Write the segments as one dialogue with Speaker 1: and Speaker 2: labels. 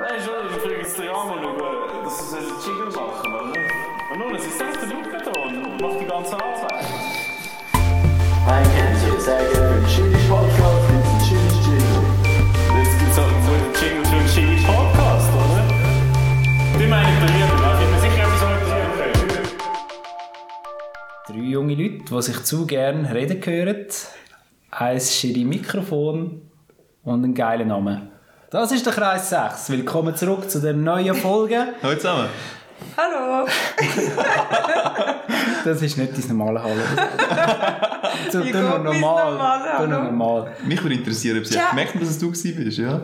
Speaker 1: Nein, schon, ich bringe jetzt den Rahmen über. Das ist ein Jingle machen, oder? Und nun, es ist selbst der Luke da und macht die ganze Arbeit.
Speaker 2: Ein Kenntnis, sehr gerne. Schönes Podcast, ein schönes Jingle.
Speaker 1: Jetzt gibt es halt so einen Jingle für einen Jingle Podcast, oder? Die meine ich bei mir, da bin mir sicher etwas anderes okay.
Speaker 3: Drei junge Leute, die sich zu gern reden hören. Ein schiri Mikrofon und einen geilen Namen. Das ist der Kreis 6. Willkommen zurück zu der neuen Folge.
Speaker 4: Hallo zusammen.
Speaker 5: Hallo!
Speaker 3: Das ist nicht dein normale Hallo. Du,
Speaker 5: Ich
Speaker 3: du noch
Speaker 5: glaub, mein
Speaker 3: normal.
Speaker 5: normales
Speaker 3: Du noch
Speaker 5: Hallo.
Speaker 3: normal.
Speaker 4: Mich würde interessieren, ob sie
Speaker 5: Tja.
Speaker 4: gemerkt haben, dass es du gewesen bist, ja?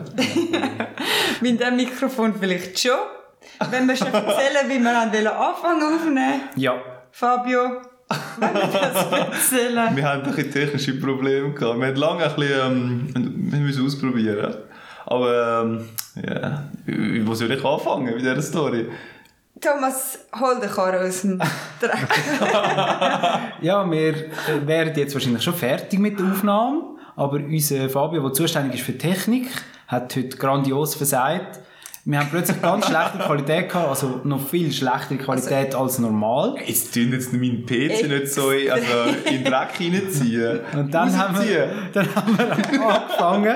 Speaker 5: Mit dem Mikrofon vielleicht schon. Wenn wir schon erzählen, wie wir an anfangen aufnehmen.
Speaker 3: Ja.
Speaker 5: Fabio, wenn wir das erzählen.
Speaker 4: Wir hatten ein bisschen technische Probleme gehabt. Wir hatten lange ein bisschen, ähm, wir müssen ausprobieren. Aber, ähm, ja, wo soll ich anfangen mit dieser Story?
Speaker 5: Thomas, hol den Karren aus dem Dreck.
Speaker 3: Ja, wir äh, wären jetzt wahrscheinlich schon fertig mit der Aufnahme, aber unser Fabio, der zuständig ist für die Technik, hat heute grandios versagt. Wir haben plötzlich ganz schlechte Qualität gehabt, also noch viel schlechtere
Speaker 5: Also,
Speaker 3: Qualität als normal.
Speaker 4: Jetzt tun jetzt meinen PC nicht so in, also in den Dreck reinziehen.
Speaker 3: Und dann haben, wir,
Speaker 4: Rausziehen.
Speaker 3: dann haben wir angefangen,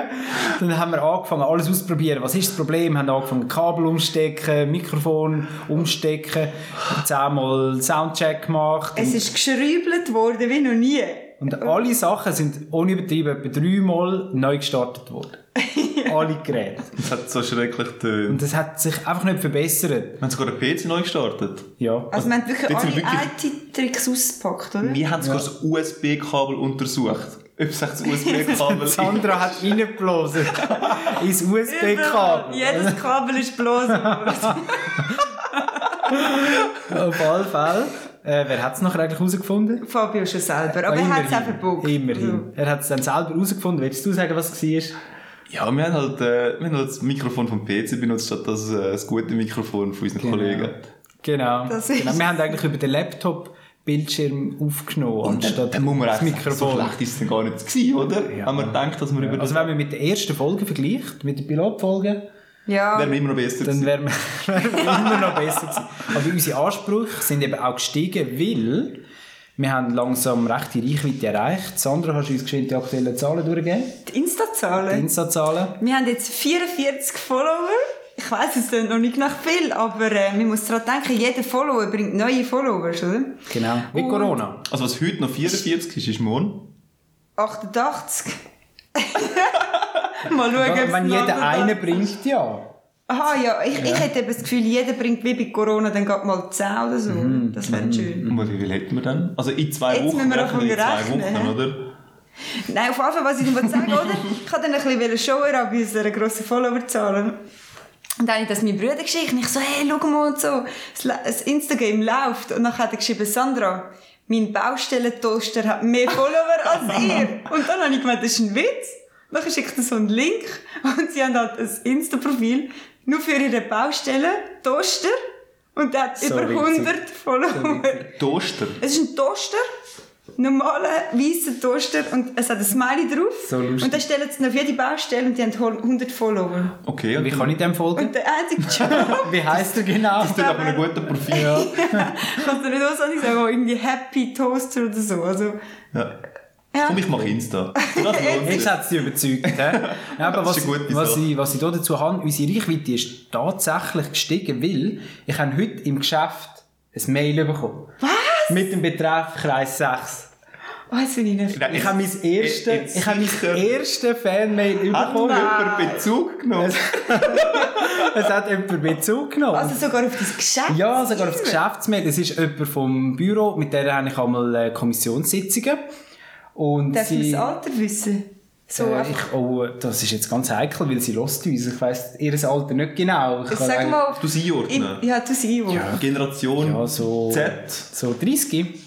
Speaker 3: dann haben wir angefangen, alles auszuprobieren. Was ist das Problem? Wir haben angefangen, Kabel umstecken, Mikrofon umstecken, zehnmal Soundcheck gemacht.
Speaker 5: Es ist geschriebelt worden wie noch nie.
Speaker 3: Und alle Sachen sind ohne Übertrieb etwa dreimal neu gestartet worden. alle Geräte.
Speaker 4: Das hat so schrecklich getönt.
Speaker 3: Und das hat sich einfach nicht verbessert.
Speaker 4: Wir haben sogar den PC neu gestartet.
Speaker 3: Ja.
Speaker 5: Also, wir haben
Speaker 4: Jetzt sind
Speaker 5: wirklich
Speaker 4: wir
Speaker 5: alle IT-Tricks ausgepackt, oder?
Speaker 4: Wir haben sogar das USB-Kabel untersucht. Ob es echt das USB-Kabel
Speaker 3: Sandra hat reingeblasen. ins
Speaker 5: Überall.
Speaker 3: USB-Kabel.
Speaker 5: Jedes Kabel ist bloß.
Speaker 3: Auf alle Fälle. Äh, wer hat es nachher eigentlich herausgefunden?
Speaker 5: Fabio schon selber, aber er hat es auch verbuggt. Also.
Speaker 3: Immerhin. Er hat es dann selber herausgefunden. Willst du sagen, was es war?
Speaker 4: Ja, wir haben halt, äh, wir haben halt das Mikrofon vom PC benutzt, statt das, äh, das gute Mikrofon von unseren Kollegen.
Speaker 3: Genau.
Speaker 5: Das ist-
Speaker 3: genau. Wir haben eigentlich über den Laptop-Bildschirm aufgenommen, anstatt
Speaker 4: dann muss man
Speaker 3: das
Speaker 4: echt sagen,
Speaker 3: Mikrofon.
Speaker 4: So schlecht ist es dann gar nicht gewesen, oder?
Speaker 3: Ja.
Speaker 4: Haben wir gedacht, dass wir über
Speaker 3: also wenn man mit der ersten Folge vergleicht, mit der Pilotfolge,
Speaker 5: Ja.
Speaker 4: wären wir immer noch besser
Speaker 3: Also, dann
Speaker 4: gewesen.
Speaker 3: wären wir, wären wir immer noch besser gewesen. Aber unsere Ansprüche sind eben auch gestiegen, weil wir haben langsam rechte Reichweite erreicht. Sandra, hast du uns geschwind die aktuellen Zahlen durchgegeben?
Speaker 5: Die
Speaker 3: Die
Speaker 5: Insta-Zahlen.
Speaker 3: Insta-Zahlen?
Speaker 5: Wir haben jetzt 44 Follower. Ich weiß es klingt noch nicht nach viel, aber äh, man muss daran denken, jeder Follower bringt neue Follower, oder?
Speaker 3: Genau. Wie
Speaker 5: Und-
Speaker 3: Corona.
Speaker 4: Also was heute noch 44 ist, ist morgen.
Speaker 5: 88. Mal schauen, ob's
Speaker 3: Wenn
Speaker 5: noch
Speaker 3: jeder
Speaker 5: andere-
Speaker 3: einen bringt, ja.
Speaker 5: Aha, ja. Ich, ich hätte eben das Gefühl, jeder bringt wie bei Corona dann gerade mal 10 oder so.
Speaker 3: Mhm.
Speaker 5: Das wäre schön.
Speaker 4: Und wie viel hätten wir dann? Also in zwei
Speaker 5: Jetzt
Speaker 4: Wochen.
Speaker 5: müssen wir
Speaker 4: rechnen in zwei
Speaker 5: davon
Speaker 4: Wochen,
Speaker 5: rechnen.
Speaker 4: oder?
Speaker 5: Nein, auf jeden Fall, was ich noch sagen wollte, oder? Ich wollte dann ein bisschen wollen showen an unserer grossen Followerzahl. Und dann habe ich das meinem Bruder geschickt und ich so, hey, schau mal und so, das La- das Instagram läuft. Und dann hat er geschrieben, Sandra, mein Baustellentoaster hat mehr Follower als ihr. Und dann habe ich gemeint, das ist ein Witz. Und Dann schickt er so einen Link und sie haben halt ein Insta-Profil nur für ihre Baustellentoaster und der hat
Speaker 3: So
Speaker 5: über
Speaker 3: witzig.
Speaker 5: 100 Follower.
Speaker 4: Toaster.
Speaker 5: Es ist ein Toaster, normaler weißer Toaster und es hat ein Smiley drauf.
Speaker 3: So lustig.
Speaker 5: Und dann stellen sie noch jede Baustelle und die haben hol- 100 Follower.
Speaker 4: Okay, und
Speaker 3: Wie kann ich dem folgen?
Speaker 5: Und der einzige Job,
Speaker 3: Wie heisst er genau?
Speaker 4: das ist aber ein guter Profil. Ja.
Speaker 5: kannst du nicht auswendig sagen, aber irgendwie Happy Toaster oder so. Also, ja.
Speaker 4: Komm, ich mache Insta. Das lohnt
Speaker 3: Jetzt
Speaker 4: sich.
Speaker 3: hat sie überzeugt. hä? Nein, aber
Speaker 4: Das
Speaker 3: was,
Speaker 4: ist eine gute
Speaker 3: was,
Speaker 4: Sache.
Speaker 3: ich, was ich da dazu habe, unsere Reichweite ist tatsächlich gestiegen, weil ich habe heute im Geschäft ein Mail bekommen. Was? Mit dem Betreff Kreis 6.
Speaker 5: oh, jetzt bin ich nervös.
Speaker 4: Nein,
Speaker 3: Ich habe mein erste,
Speaker 4: jetzt
Speaker 3: ich habe
Speaker 4: sicher.
Speaker 3: mein erste Fanmail
Speaker 4: Hat noch
Speaker 3: bekommen.
Speaker 4: jemand Bezug genommen?
Speaker 3: Es hat jemand Bezug genommen.
Speaker 5: Also sogar auf das Geschäft.
Speaker 3: Ja, sogar aufs Geschäftsmail. Es ist jemand vom Büro, mit der habe ich einmal äh, Kommissionssitzungen. Und
Speaker 5: Darf man
Speaker 3: sie,
Speaker 5: das Alter wissen? So
Speaker 3: äh,
Speaker 5: einfach.
Speaker 3: ich, oh, das ist jetzt ganz heikel, weil sie lost uns. Ich weiss ihr Alter nicht genau. Ich
Speaker 5: Ich
Speaker 3: kann
Speaker 5: sag
Speaker 3: eigentlich-
Speaker 5: mal...
Speaker 4: Du sie einordnen.
Speaker 5: Ich- Ja, du sie einordnen.
Speaker 4: Generation
Speaker 3: Ja, so,
Speaker 4: Z.
Speaker 3: so 30.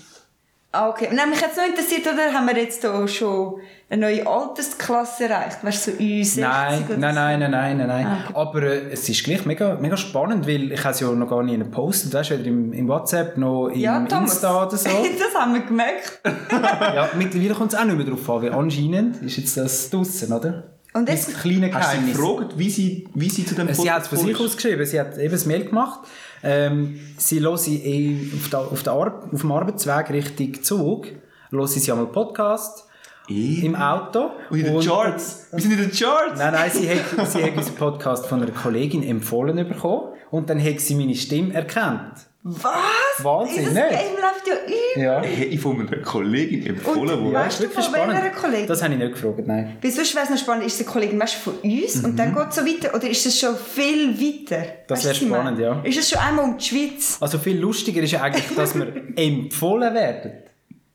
Speaker 5: Ah, okay. Nein, mich hat es noch interessiert, oder haben wir jetzt hier schon eine neue Altersklasse erreicht? Wärst du so U60
Speaker 3: Nein,
Speaker 5: oder
Speaker 3: nein, nein,
Speaker 5: so?
Speaker 3: nein, nein, nein. nein.
Speaker 5: Ah, okay.
Speaker 3: Aber äh, es ist gleich mega, mega spannend, weil ich habe es ja noch gar nie gepostet, weißt du, weder im, im WhatsApp noch im
Speaker 5: Ja, Thomas.
Speaker 3: Insta oder so.
Speaker 5: das haben wir gemerkt.
Speaker 3: ja, mittlerweile kommt es auch nicht mehr drauf an, weil anscheinend ist jetzt das draussen, oder?
Speaker 5: Und
Speaker 3: Mein
Speaker 5: jetzt,
Speaker 3: kleines
Speaker 4: Hast du sie
Speaker 3: Geheimnis.
Speaker 4: gefragt, wie sie, wie sie zu dem
Speaker 3: Sie hat es von sich
Speaker 4: gekommen ist?
Speaker 3: aus geschrieben, sie hat eben das Mail gemacht. Ähm, sie hören eh auf, der, auf, der Ar auf dem Arbeitsweg Richtung Zug, hören sie einmal Podcast
Speaker 4: Eh.
Speaker 3: im Auto.
Speaker 4: Und in den Charts. Wir sind in den Charts.
Speaker 3: Nein, nein, sie hat, sie hat unseren Podcast von einer Kollegin empfohlen bekommen und dann hat sie meine Stimme erkannt.
Speaker 5: was?
Speaker 3: Wahnsinn,
Speaker 5: Dieses
Speaker 3: nicht?
Speaker 5: Game läuft ja über.
Speaker 3: Ja.
Speaker 4: Hey, ich von einer Kollegin empfohlen
Speaker 5: Und-
Speaker 4: worden.
Speaker 5: Ja. Weißt du, von welcher Kollegin?
Speaker 3: Das habe ich nicht gefragt, nein.
Speaker 5: Weil sonst wäre es noch spannend, ist es eine Kollegin weißt, du, von uns und dann geht es so weiter? Oder ist es schon viel weiter?
Speaker 3: Mhm. Das
Speaker 5: Weißt du,
Speaker 3: wär
Speaker 5: was ich meine?
Speaker 3: spannend, ja.
Speaker 5: Ist es schon einmal um die Schweiz?
Speaker 3: Also viel lustiger ist ja eigentlich, dass wir empfohlen werden.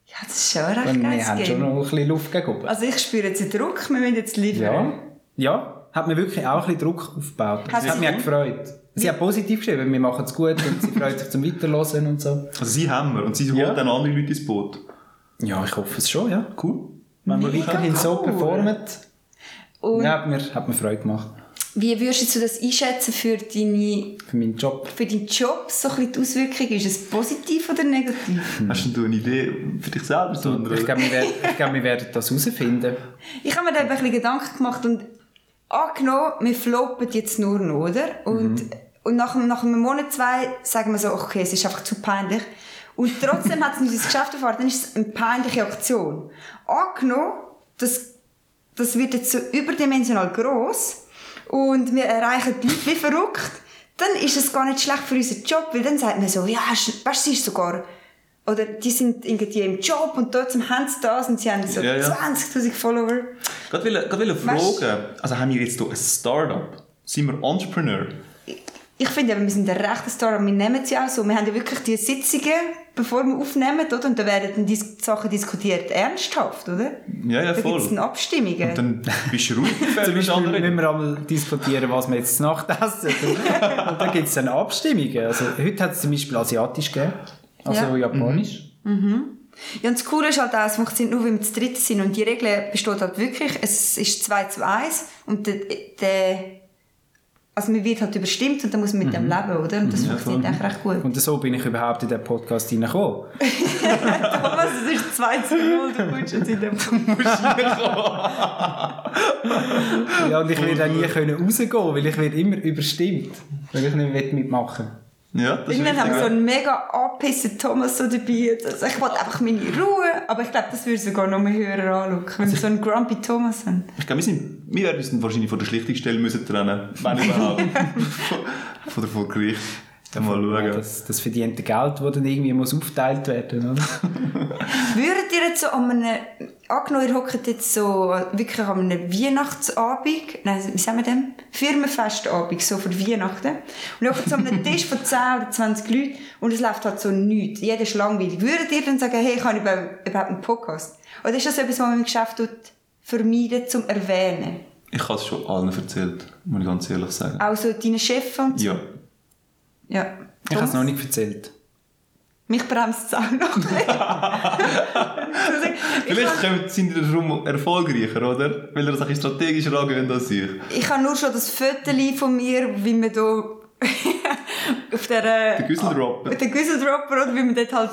Speaker 5: Ja, das ist schon ein recht
Speaker 3: Und wir
Speaker 5: geiles
Speaker 3: haben schon
Speaker 5: Game.
Speaker 3: noch ein bisschen Luft gegen oben.
Speaker 5: Also ich spüre jetzt den Druck, wir müssen jetzt liefern.
Speaker 3: Ja. Ja, hat mir wirklich auch ein bisschen Druck aufgebaut.
Speaker 5: Hat
Speaker 3: Das hat
Speaker 5: sie-
Speaker 3: mich auch gefreut. Sie hat positiv geschrieben, wir machen es gut und sie freut sich zum Weiterhören und so.
Speaker 4: Also sie haben wir und sie holen
Speaker 3: Ja.
Speaker 4: dann andere Leute ins Boot.
Speaker 3: Ja, ich hoffe es schon, ja.
Speaker 4: Cool.
Speaker 3: Wenn wir
Speaker 5: Mega
Speaker 3: weiterhin so
Speaker 5: cool.
Speaker 3: performen,
Speaker 5: Und
Speaker 3: ja, hat, mir, hat mir Freude gemacht.
Speaker 5: wie würdest du das einschätzen für, deine,
Speaker 3: Für meinen Job.
Speaker 5: für deinen Job? So ein bisschen die Auswirkung, ist es positiv oder negativ?
Speaker 4: Hast denn du eine Idee für dich selber, Sandra?
Speaker 3: Hm. Ich glaube, wir, werden- ich glaube, wir werden das herausfinden.
Speaker 5: Ich habe mir da eben ein bisschen Gedanken gemacht und angenommen, wir floppen jetzt nur noch, oder? Und,
Speaker 4: Mhm.
Speaker 5: und nach, einem- nach einem Monat, zwei, sagen wir so, okay, es ist einfach zu peinlich. Und trotzdem hat es uns ins Geschäft erfahren, dann ist es eine peinliche Aktion. Angenommen, das, das wird jetzt so überdimensional gross und wir erreichen die Leute wie verrückt, dann ist es gar nicht schlecht für unseren Job, weil dann sagt man so, ja, hast- weißt du, sie ist sogar... Oder die sind irgendwie im Job und trotzdem haben sie das und sie haben so
Speaker 4: Ja, ja.
Speaker 5: 20'000 Follower.
Speaker 4: Gerade will, gerade will
Speaker 5: Weißt-
Speaker 4: fragen, also haben wir jetzt hier ein Startup? Sind wir Entrepreneur?
Speaker 5: Ich finde, eben, wir sind der rechte Star und wir nehmen sie auch so. Wir haben ja wirklich die Sitzungen, bevor wir aufnehmen, oder? Und da werden dann die Sachen diskutiert, ernsthaft, oder?
Speaker 4: Ja, ja,
Speaker 5: da
Speaker 4: voll.
Speaker 5: Da gibt es Abstimmungen.
Speaker 4: Und dann bist du rausgefallen
Speaker 3: Zum
Speaker 4: mit
Speaker 3: Beispiel müssen
Speaker 4: anderen.
Speaker 3: wir einmal diskutieren, was wir jetzt zu Nacht essen. Und dann gibt es dann Abstimmungen. Also, heute hat es zum Beispiel asiatisch gegeben, also japanisch.
Speaker 5: Ja, und das Coole ist halt auch, es funktioniert nur, wenn wir zu dritt sind. Und die Regel besteht halt wirklich, es ist 2 zu 1 und der, der also man wird halt überstimmt und dann muss man mit
Speaker 4: Mhm.
Speaker 5: dem leben, oder? Und das funktioniert eigentlich recht gut.
Speaker 3: Und so bin ich überhaupt in diesen Podcast hineingekommen.
Speaker 5: Thomas, Also es ist 2 zu 0, du kommst jetzt in dem
Speaker 3: Ja, und ich werde auch nie können rausgehen, weil ich werde immer überstimmt, weil ich nicht will mitmachen
Speaker 4: Ja, das ist
Speaker 5: Irgendwann haben wir
Speaker 4: richtig,
Speaker 5: so
Speaker 4: ja.
Speaker 5: einen mega angepissen Thomas so dabei. Also ich wollte einfach meine Ruhe, aber ich glaube, das würde sogar noch mehr höher anschauen, wenn wir so einen grumpy Thomas haben.
Speaker 4: Ich glaube, wir, sind, wir werden uns dann wahrscheinlich von der Schlichtungsstelle müssen trennen. Wenn überhaupt. von, von der vor Gericht. Mal
Speaker 3: will.
Speaker 4: schauen.
Speaker 3: Das, das verdiente Geld, das dann irgendwie muss aufgeteilt werden muss.
Speaker 5: Würdet ihr jetzt so an einem, angenommen, ihr hockt jetzt so wirklich an einem Weihnachtsabend, nein, wie sagen wir dem? Firmenfestabend, so vor Weihnachten. Und ihr hockt so an einem Tisch von 10 oder 20 Leuten und es läuft halt so nichts. Jeder ist langweilig. Würdet ihr dann sagen, hey, ich habe überhaupt überhaupt einen Podcast? Oder ist das etwas, was man im Geschäft tut, vermeiden zum Erwähnen?
Speaker 4: Ich habe es schon allen erzählt, muss ich ganz ehrlich sagen.
Speaker 5: Auch so deine Chefs und so?
Speaker 4: Ja.
Speaker 5: Ja.
Speaker 3: Ich habe es
Speaker 5: Thomas?
Speaker 3: noch nicht erzählt.
Speaker 5: Mich bremst es auch noch ein bisschen. ich,
Speaker 4: Vielleicht
Speaker 5: habe,
Speaker 4: kommen- sind wir darum erfolgreicher, oder? Weil er das ein bisschen strategischer angehen als ich.
Speaker 5: ich habe nur schon das Foto von mir, wie wir hier auf der...
Speaker 4: Der Güssel droppt.
Speaker 5: Mit dem Güsseldropper, oder? Wie man dort halt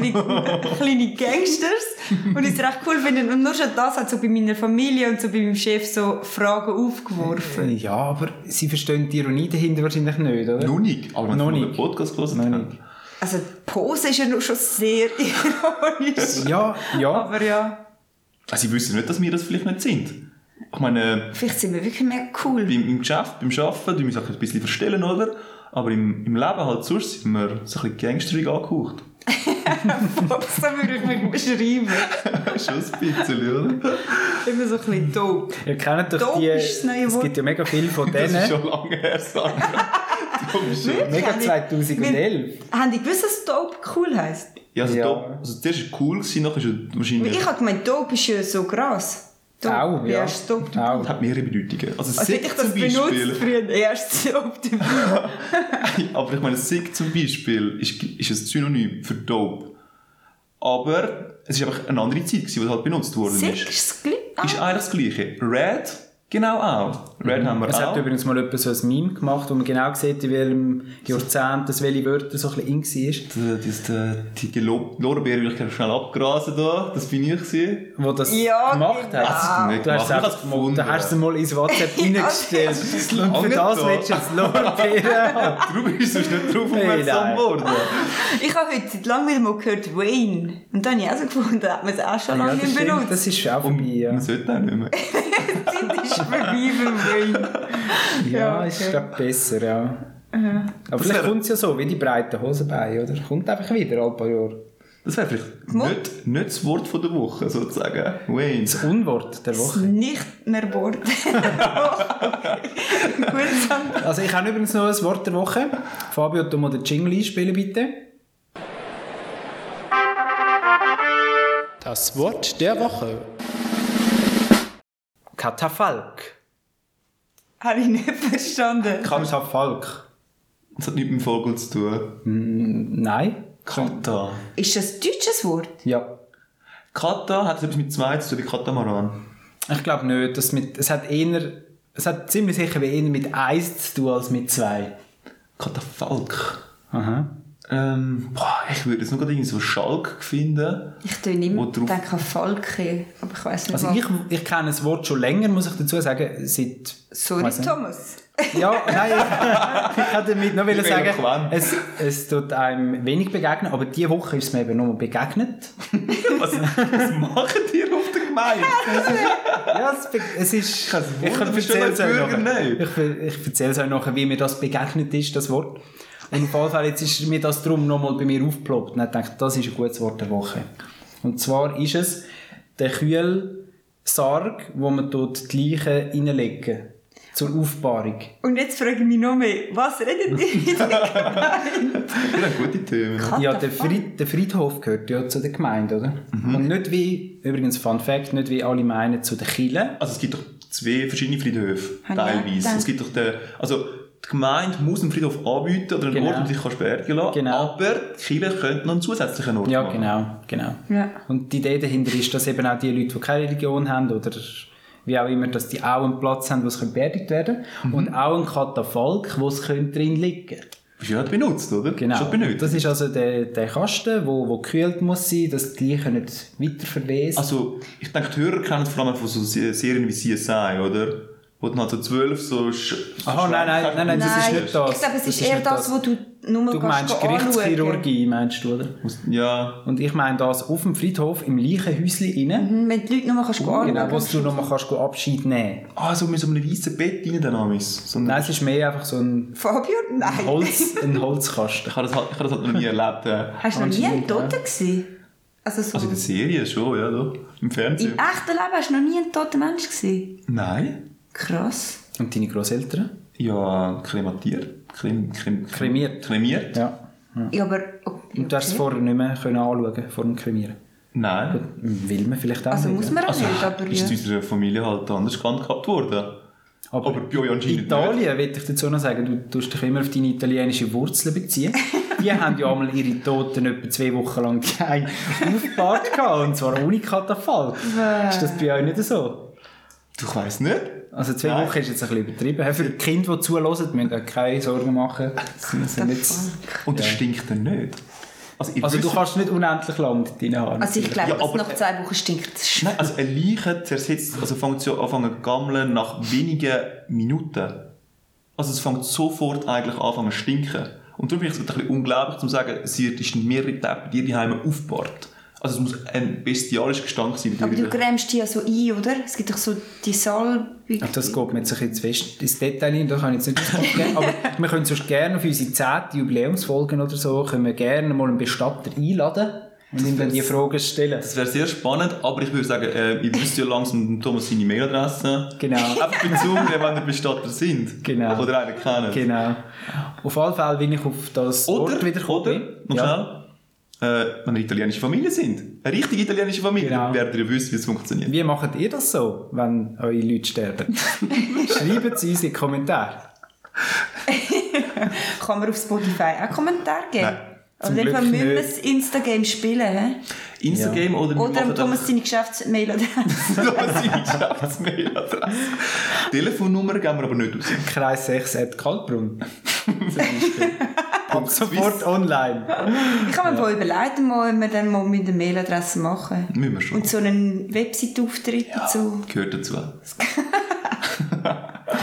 Speaker 5: wie kleine Gangsters. Und ich es recht cool finde. Und nur schon das hat so bei meiner Familie und so bei meinem Chef so Fragen aufgeworfen.
Speaker 3: Ja, aber sie verstehen die Ironie dahinter wahrscheinlich nicht, oder?
Speaker 4: Noch nicht. Aber wenn
Speaker 3: Noch
Speaker 4: wir den
Speaker 3: nicht.
Speaker 4: Podcast gehört haben.
Speaker 5: Also die Pose ist ja nur schon sehr ironisch.
Speaker 3: Ja, ja.
Speaker 5: Aber ja,
Speaker 4: Also ich wüsste nicht, dass wir das vielleicht nicht sind. Ich meine,
Speaker 5: vielleicht sind wir wirklich mehr cool.
Speaker 4: im, im Geschäft, beim Arbeiten, du musst auch ein bisschen verstellen, oder? Aber im, im Leben halt sonst sind wir so ein bisschen gangsterig angehaucht.
Speaker 5: so würde ich mich beschreiben.
Speaker 4: Schon ein bisschen, oder?
Speaker 5: Immer so ein bisschen doof.
Speaker 3: Ihr kennt doch
Speaker 5: Dope
Speaker 3: die...
Speaker 5: ist das neue
Speaker 3: Es
Speaker 5: Wort.
Speaker 3: gibt ja mega viele von
Speaker 4: Das ist
Speaker 3: denen.
Speaker 4: schon lange her, Sandra. Du bist schon-
Speaker 3: Mega 2011.
Speaker 5: Haben die gewusst, dass Dope cool heisst?
Speaker 4: Ja, also,
Speaker 3: Ja.
Speaker 4: Top, also zuerst war cool, gewesen, nachher ist es wahrscheinlich...
Speaker 5: Ich habe gemeint, Dope ist ja so krass. Dope,
Speaker 3: Auch, ja.
Speaker 5: Erst Dope.
Speaker 3: Auch.
Speaker 4: hat mehrere Bedeutungen. Also,
Speaker 5: Also hätte
Speaker 4: Sick
Speaker 5: ich
Speaker 4: zum
Speaker 5: das benutzt
Speaker 4: Beispiel.
Speaker 5: früher, erst Dope.
Speaker 3: Also
Speaker 4: Aber ich meine, Sick zum Beispiel ist, ist ein Synonym für Dope. Aber es ist einfach eine andere Zeit, gewesen, die halt benutzt worden
Speaker 5: Sick
Speaker 4: ist.
Speaker 5: ist das Ah. gleich.
Speaker 4: Ist eigentlich das Gleiche. Red Genau auch. Red haben wir
Speaker 3: Es
Speaker 4: auch.
Speaker 3: hat übrigens mal jemand so ein Meme gemacht, wo man genau sieht, in welchem Jahrzehnt das welche Wörter so ein bisschen in war.
Speaker 4: Das, das, das, die gelobte Lorbeer will ich schnell abgrasen da. Das bin ich gewesen.
Speaker 3: Wo das
Speaker 5: Ja,
Speaker 3: gemacht
Speaker 5: genau.
Speaker 3: hat.
Speaker 4: Hat's nicht
Speaker 3: Du hast es
Speaker 4: gemacht. Ich
Speaker 3: einfach-
Speaker 4: hab's gefunden.
Speaker 3: Da hast du es mal ins WhatsApp
Speaker 5: Ja,
Speaker 3: reingestellt. Und für
Speaker 4: lange
Speaker 3: das
Speaker 4: da.
Speaker 3: willst du jetzt Lorbeeren haben.
Speaker 4: Darum bist du sonst nicht drauf
Speaker 3: Hey,
Speaker 4: aufmerksam
Speaker 3: nein.
Speaker 4: geworden.
Speaker 5: Ich habe heute seit langem wieder mal gehört Wayne. Und dann habe ich auch so gefunden, hat man es auch schon
Speaker 3: Ah, Ja,
Speaker 5: lange
Speaker 3: das,
Speaker 5: nicht
Speaker 3: stimmt,
Speaker 5: benutzt.
Speaker 3: das ist auch vorbei.
Speaker 4: Und
Speaker 3: Ja,
Speaker 4: man sollte auch nicht mehr.
Speaker 5: Die Zeit ist vorbei beim Wayne.
Speaker 3: ja ist
Speaker 5: okay.
Speaker 3: glaub, besser, ja. Aber vielleicht
Speaker 4: wär-
Speaker 3: kommt es ja so, wie die breiten Hosenbeine, oder? Kommt einfach wieder, alle paar Jahre.
Speaker 4: Das wäre vielleicht nicht, nicht das Wort von der Woche, sozusagen. Wayne.
Speaker 3: Das Unwort der
Speaker 5: Das
Speaker 3: Woche.
Speaker 5: nicht mehr Bord. Gut, dann.
Speaker 3: Also ich habe übrigens noch ein Wort der Woche. Fabio, du mal den Jingle einspielen, bitte. Das Wort der Woche. Katafalk.
Speaker 5: Habe ich nicht verstanden.
Speaker 3: Katafalk.
Speaker 4: Das hat nichts mit dem Vogel zu tun.
Speaker 3: Nein?
Speaker 4: Kata.
Speaker 5: Ist das ein deutsches Wort?
Speaker 3: Ja.
Speaker 4: Kata hat etwas mit zwei zu tun, wie Katamaran.
Speaker 3: Ich glaube nicht. Das mit, es, hat eher, es hat ziemlich sicher eher mit 1 zu tun als mit 2.
Speaker 4: Katafalk.
Speaker 3: Aha.
Speaker 4: Ähm, boah, ich würde jetzt nur gerade irgendwie so Schalk finden.
Speaker 5: Ich denke
Speaker 4: Wo
Speaker 5: immer
Speaker 4: drauf?
Speaker 5: denke an Falke, aber ich weiß nicht
Speaker 3: Also
Speaker 5: was.
Speaker 3: ich, ich kenne das Wort schon länger, muss ich dazu sagen, seit...
Speaker 5: Sorry,
Speaker 3: weiss nicht.
Speaker 5: Thomas.
Speaker 3: Ja, nein, ich, ich hätte damit noch wollen sagen,
Speaker 4: eloquent.
Speaker 3: es, es tut einem wenig begegnen, aber diese Woche ist es mir eben nur begegnet.
Speaker 4: Was, was machen die auf der Gemeinde?
Speaker 3: Ja, es, be- es ist... Ich,
Speaker 4: kann es
Speaker 3: ich
Speaker 4: wundern, bist du
Speaker 3: erzähle es
Speaker 4: ein
Speaker 3: euch
Speaker 4: Bürger?
Speaker 3: nachher.
Speaker 4: Nein.
Speaker 3: Ich, ver- ich erzähle es euch nachher, wie mir das begegnet ist, das Wort. Und auf jeden Fall, jetzt ist mir das drum nochmal bei mir aufgeploppt. Und ich dachte, das ist ein gutes Wort der Woche. Und zwar ist es der Kühlsarg, wo man dort die Leichen reinlegen. Zur Aufbahrung.
Speaker 5: Und jetzt frage ich mich noch mehr, was redet ihr mit
Speaker 4: Wir haben gute Themen.
Speaker 5: What
Speaker 3: Ja,
Speaker 5: the
Speaker 3: der,
Speaker 5: fuck?
Speaker 3: Fried, der Friedhof gehört ja zu der Gemeinde, oder?
Speaker 4: Mhm.
Speaker 3: Und nicht wie, übrigens Fun Fact, nicht wie alle meinen zu den Kirchen.
Speaker 4: Also es gibt doch zwei verschiedene Friedhöfe,
Speaker 3: Ah,
Speaker 5: Habe ich auch
Speaker 4: teilweise.
Speaker 5: gedacht.
Speaker 4: Es gibt doch den, also die Gemeinde muss einen Friedhof anbieten oder einen
Speaker 3: Genau.
Speaker 4: Ort, um wo du dich kannst beerdigen lassen
Speaker 3: Genau.
Speaker 4: aber die Kirche könnte noch einen zusätzlichen Ort
Speaker 3: Ja,
Speaker 4: machen.
Speaker 3: genau, genau.
Speaker 5: Ja.
Speaker 3: Und die Idee dahinter ist, dass eben auch die Leute, die keine Religion haben oder wie auch immer, dass die auch einen Platz haben, wo sie beerdigt werden
Speaker 4: Mhm.
Speaker 3: können. Und auch einen Katafalk, wo sie können drin liegen können.
Speaker 4: Ist ja nicht benutzt, oder?
Speaker 3: Genau.
Speaker 4: Schon benutzt.
Speaker 3: Das ist also der, der Kasten, wo, wo gekühlt muss sein, dass die Leichen nicht weiterverwesen.
Speaker 4: Also, ich denke, die Hörer kennen es vor allem von so Se- Serien wie CSI, oder? Wo dann halt so zwölf so... Sch
Speaker 3: Aha, nein, nein, nein, nein, das ist nicht
Speaker 5: Nein,
Speaker 3: das.
Speaker 5: Ich glaube, es
Speaker 3: Das
Speaker 5: ist
Speaker 3: ist
Speaker 5: eher
Speaker 3: nicht
Speaker 5: das,
Speaker 3: das.
Speaker 5: wo du nur
Speaker 3: du
Speaker 5: Oh, kannst
Speaker 3: meinst
Speaker 5: anschauen.
Speaker 3: Gerichtschirurgie, meinst du, oder?
Speaker 4: Ja,
Speaker 3: Und ich meine das auf dem Friedhof im Leichenhäuschen rein,
Speaker 5: Wenn die Leute nur kannst anschauen
Speaker 3: genau, wo du nochmal kannst go Abschied nehmen kannst.
Speaker 4: ah, so mit so einem weißen Bett rein, dann amis. so ein-
Speaker 3: Nein, es ist mehr einfach so ein,
Speaker 5: Fabio? Nein.
Speaker 3: Holz, ein Holzkasten.
Speaker 4: Ich habe das, halt, ich habe das halt noch nie erlebt. äh.
Speaker 5: Hast du noch nie einen
Speaker 3: Anscheinend,
Speaker 5: Toten gesehen? Also so...
Speaker 4: Also in der Serie schon, ja, doch. Im
Speaker 5: Im
Speaker 4: Fernsehen.
Speaker 5: echten Leben hast du noch nie einen toten Menschen gesehen?
Speaker 4: Nein?
Speaker 5: Krass.
Speaker 3: Und deine Großeltern?
Speaker 4: Ja, krematiert. Krem, krem,
Speaker 3: Kremiert.
Speaker 4: Kremiert?
Speaker 3: Ja.
Speaker 5: Ja, aber... Okay.
Speaker 3: Und du hast es vorher nicht mehr können anschauen vor dem Kremieren.
Speaker 5: Ah,
Speaker 4: Nein.
Speaker 3: Will man vielleicht auch
Speaker 5: Also
Speaker 3: nicht,
Speaker 5: muss
Speaker 3: ja.
Speaker 5: man auch
Speaker 4: Also
Speaker 5: nicht, aber...
Speaker 4: ist
Speaker 5: ja.
Speaker 4: in unserer Familie halt anders gehandhabt worden. Aber, bei euch anscheinend nicht.
Speaker 3: Italien, will ich dazu noch sagen, du tust dich immer auf deine italienische Wurzeln beziehen. Die haben ja einmal ihre Toten etwa zwei Wochen lang geheim aufgebahrt gehabt, und zwar ohne Katafalk. Ist das bei euch nicht so?
Speaker 4: Du ich weiss nicht.
Speaker 3: Also zwei
Speaker 4: Nein.
Speaker 3: Wochen ist jetzt ein bisschen übertrieben. Für die Kinder, die zuhören, müssen auch keine Sorgen machen. Sie sind jetzt,
Speaker 4: Und das stinkt dann nicht. Also, ihr
Speaker 3: also du
Speaker 4: wisst-
Speaker 3: kannst nicht unendlich lang mit deinen Haaren.
Speaker 5: Also ich glaube,
Speaker 4: Ja,
Speaker 5: dass
Speaker 4: aber-
Speaker 5: nach zwei Wochen stinkt es
Speaker 4: Nein, also eine Leiche zersetzt, also fängt sie anfangen zu gammeln nach wenigen Minuten. Also es fängt sofort eigentlich anfangen zu stinken. Und darum finde ich es ein bisschen unglaublich zu sagen, sie ist mehrere Tage bei dir daheim aufgebaut. Also es muss ein bestialischer Gestank sein. bei
Speaker 5: Aber
Speaker 4: dir.
Speaker 5: du grämst die ja so ein, oder? Es gibt doch so die Salbung.
Speaker 3: Ach, das geht mir jetzt ein bisschen zu fest ins Detail hin, da kann ich jetzt nicht drauf gehen. Aber wir können sonst gerne auf unsere 10. Jubiläumsfolgen oder so, können wir gerne mal einen Bestatter einladen und ihm dann die Fragen stellen.
Speaker 4: Das wäre sehr spannend, aber ich würde sagen, äh, ihr wisst ja langsam den Thomas seine Mailadresse.
Speaker 3: Genau.
Speaker 4: Einfach bei Zoom, wenn ihr Bestatter sind.
Speaker 3: Genau.
Speaker 4: Oder einen kennen.
Speaker 3: Genau. Auf alle Fälle bin ich auf das
Speaker 4: Oder,
Speaker 3: Wort wieder
Speaker 4: oder, noch
Speaker 3: ja.
Speaker 4: schnell, äh, wenn ihr italienische Familie sind. Eine richtige italienische Familie.
Speaker 3: Genau.
Speaker 4: Dann werdet ihr wissen, wie es funktioniert.
Speaker 3: Wie macht ihr das so, wenn eure Leute sterben? Schreibt es uns in die Kommentare.
Speaker 5: Kann man auf Spotify auch Kommentare geben?
Speaker 4: Nein,
Speaker 5: Auf
Speaker 3: zum
Speaker 5: jeden Fall
Speaker 3: Glück
Speaker 5: müssen wir
Speaker 3: nicht.
Speaker 5: das Instagame spielen. hä?
Speaker 4: Instagram oder wir
Speaker 5: Oder am
Speaker 4: machen dann-
Speaker 5: Thomas seine Geschäftsmail oder
Speaker 4: Thomas seine Geschäftsmailadresse. Telefonnummer geben wir aber nicht raus.
Speaker 3: Kreis 6 at Kaltbrunn.
Speaker 4: Punkt
Speaker 3: Sofort online.
Speaker 5: Ich habe mir ja. überlegt, mal, ob wir dann mal mit der Mailadresse machen.
Speaker 4: Müssen wir schon.
Speaker 5: Und so einen Website-Auftritt dazu.
Speaker 4: Gehört dazu.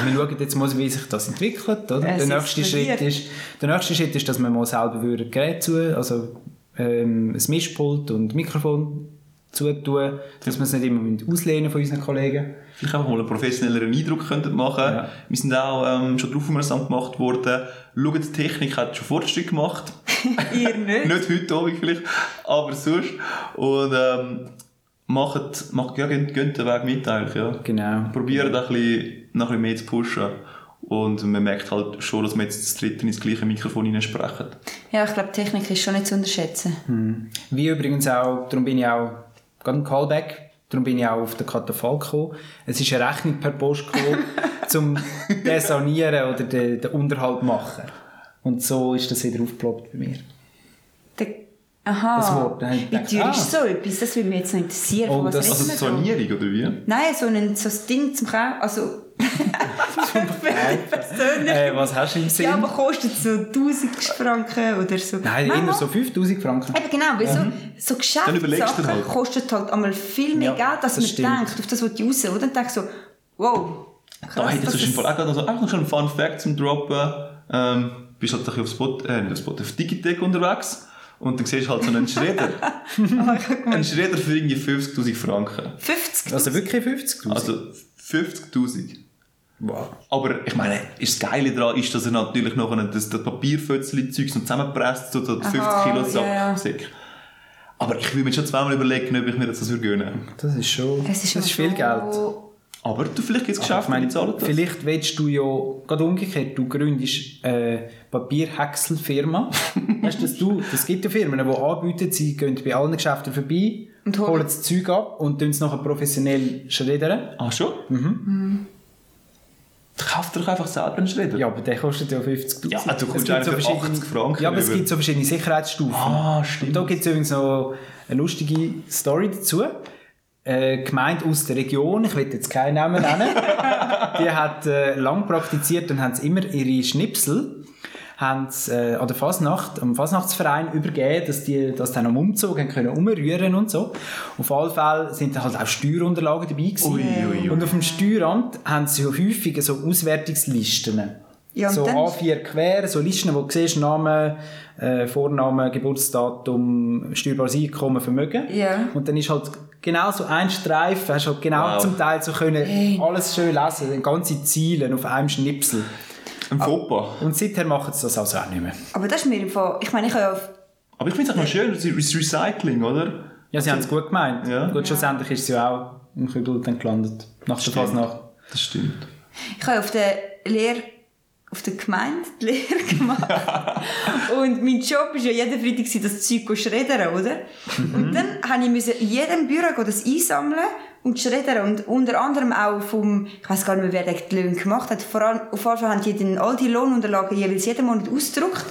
Speaker 3: Wir schauen jetzt mal, wie sich das entwickelt. Oder?
Speaker 5: Es
Speaker 3: Der, nächste
Speaker 5: explodiert.
Speaker 3: Schritt ist, der nächste Schritt ist, dass wir mal selber würden Gerät zu, also ähm, ein Mischpult und Mikrofon zutun, dass wir es nicht immer müssen auslehnen von unseren Kollegen.
Speaker 4: Vielleicht einfach mal einen professionelleren Eindruck könnten machen.
Speaker 3: Ja.
Speaker 4: Wir sind auch ähm, schon drauf aufmerksam gemacht worden. Schaut, die Technik hat schon Fortschritt gemacht.
Speaker 5: Ihr nicht.
Speaker 4: nicht heute Abend vielleicht, aber sonst. Und ähm, macht, macht, ja, geht, geht den Weg mit eigentlich, ja.
Speaker 3: Genau.
Speaker 4: Probiert ein bisschen, noch ein bisschen mehr zu pushen. Und man merkt halt schon, dass wir jetzt das dritte ins gleiche Mikrofon hineinsprechen.
Speaker 5: Ja, ich glaube, die Technik ist schon nicht zu unterschätzen.
Speaker 3: Hm. Wie übrigens auch, darum bin ich auch, gerade ein Callback, darum bin ich auch auf den Katafalk gekommen. Es ist eine Rechnung per Post gekommen, zum Desanieren oder den, den Unterhalt machen. Und so ist das wieder aufgeploppt bei mir.
Speaker 5: Der, aha.
Speaker 3: Das Wort, da hab ich
Speaker 5: Wie
Speaker 3: gedacht,
Speaker 5: teuer
Speaker 3: ah.
Speaker 5: ist so etwas? Das würde mich jetzt noch interessieren.
Speaker 3: Oh,
Speaker 5: von was
Speaker 3: das-
Speaker 5: reden
Speaker 4: Also die
Speaker 5: wir da?
Speaker 4: Sanierung, oder wie?
Speaker 5: Nein, so ein, so ein Ding zum Kaufen. Also, persönlich.
Speaker 3: Äh, was hast du im Sinn?
Speaker 5: ja, aber kostet so 1000 Franken oder so.
Speaker 3: Nein,
Speaker 5: Manchmal-
Speaker 3: immer so Mhm. 5000 Franken.
Speaker 5: Eben genau, weil so, so
Speaker 4: Dann überlegst du
Speaker 5: Geschäftssachen
Speaker 4: dir halt.
Speaker 5: kostet halt einmal viel mehr
Speaker 3: Ja,
Speaker 5: Geld, als
Speaker 3: das
Speaker 5: man
Speaker 3: stimmt.
Speaker 5: denkt. Auf das will ich raus, oder? Und denkst so, wow, krass,
Speaker 4: Da hätte ich
Speaker 5: dass
Speaker 4: sonst im Fall auch gerade noch so, Also einfach noch schon einen Fun Fact zum Droppen. Ähm, bist halt ein bisschen auf Spot, äh, nicht auf Spot, auf Digitec unterwegs. Und dann siehst du halt so einen Schredder. einen Schredder für irgendwie 50'000 Franken.
Speaker 5: 50
Speaker 3: Also wirklich 50.000?
Speaker 4: Also 50'000.
Speaker 3: wow.
Speaker 4: Aber ich meine, ist das Geile daran ist, dass er natürlich noch das, das Papierfötzchen-Zeugs noch zusammenpresst, so das 50
Speaker 5: Aha,
Speaker 4: Kilo
Speaker 5: ja, ja.
Speaker 4: Sack. Aber ich würde mir schon zweimal überlegen, ob ich mir das würde gönnen
Speaker 3: Das ist schon
Speaker 5: es ist,
Speaker 3: das ist
Speaker 5: schon
Speaker 3: viel Geld.
Speaker 5: so-
Speaker 4: Aber du, vielleicht gibt es
Speaker 3: Aber
Speaker 4: Geschäfte, die zahlen das.
Speaker 3: vielleicht willst du ja, gerade umgekehrt, du gründest eine Papierhäcksel-Firma. weißt du, dass du, das gibt ja Firmen, die anbieten, sie gehen bei allen Geschäften vorbei,
Speaker 5: Und holen-
Speaker 3: holen das Zeug ab und tun es nachher professionell schreddern.
Speaker 4: Ah, schon? Mhm. Kauf dir doch einfach selber einen Schredder.
Speaker 3: Ja, aber der kostet ja 50'000.
Speaker 4: Ja, du
Speaker 3: Es
Speaker 4: kommst
Speaker 3: gibt
Speaker 4: eigentlich für
Speaker 3: verschiedene-
Speaker 4: 80 Franken
Speaker 3: Ja, aber es
Speaker 4: über.
Speaker 3: gibt so verschiedene Sicherheitsstufen.
Speaker 4: Ah,
Speaker 3: Und
Speaker 4: stimmt.
Speaker 3: da gibt es übrigens noch eine lustige Story dazu. Eine Gemeinde aus der Region, ich will jetzt keinen Namen nennen, die hat äh, lang praktiziert und haben sie immer ihre Schnipsel haben sie, äh, an der Fasnacht, am Fasnachtsverein übergeben, dass die das dann am Umzug haben können umrühren und so. Auf alle Fälle sind dann halt auch Steuerunterlagen dabei gewesen.
Speaker 4: Ui, ui, ui.
Speaker 3: Und auf dem Steueramt haben sie ja häufig so Auswertungslisten.
Speaker 5: Ja, und
Speaker 3: so
Speaker 5: dann-
Speaker 3: A4 quer, so Listen, wo du siehst, Name, äh, Vorname, Geburtsdatum, steuerbares Einkommen, Vermögen.
Speaker 5: Ja.
Speaker 3: Und dann ist halt genau so ein Streifen, hast halt genau
Speaker 4: Wow.
Speaker 3: zum Teil so können
Speaker 5: Hey.
Speaker 3: alles schön lesen, ganze Ziele auf einem Schnipsel.
Speaker 4: Ein Fauxpas.
Speaker 3: Und seither machen sie das also auch nicht mehr.
Speaker 5: Aber das ist mir im Fall, ich meine, ich habe ja auf-
Speaker 4: Aber ich finde es auch noch schön, das ist Recycling, oder?
Speaker 3: Ja, sie haben es gut gemeint.
Speaker 4: Ja.
Speaker 3: Gut, schlussendlich ist sie ja auch im Kübel dann gelandet. Nach der
Speaker 4: Stimmt.
Speaker 3: Fasnacht.
Speaker 4: Das stimmt.
Speaker 5: ich habe ja auf der Lehre auf der Gemeinde die Lehre gemacht. und mein Job war ja jeden Freitag, gewesen, das Zeug zu schreddern, oder? Und dann habe ich müssen in jedem Büro gehen, das einsammeln und schreddern. Und unter anderem auch vom, ich weiß gar nicht mehr, wer den Lohn gemacht hat. Vor allem, auf jeden Fall haben die dann all die Lohnunterlagen jeweils jeden Monat ausgedruckt.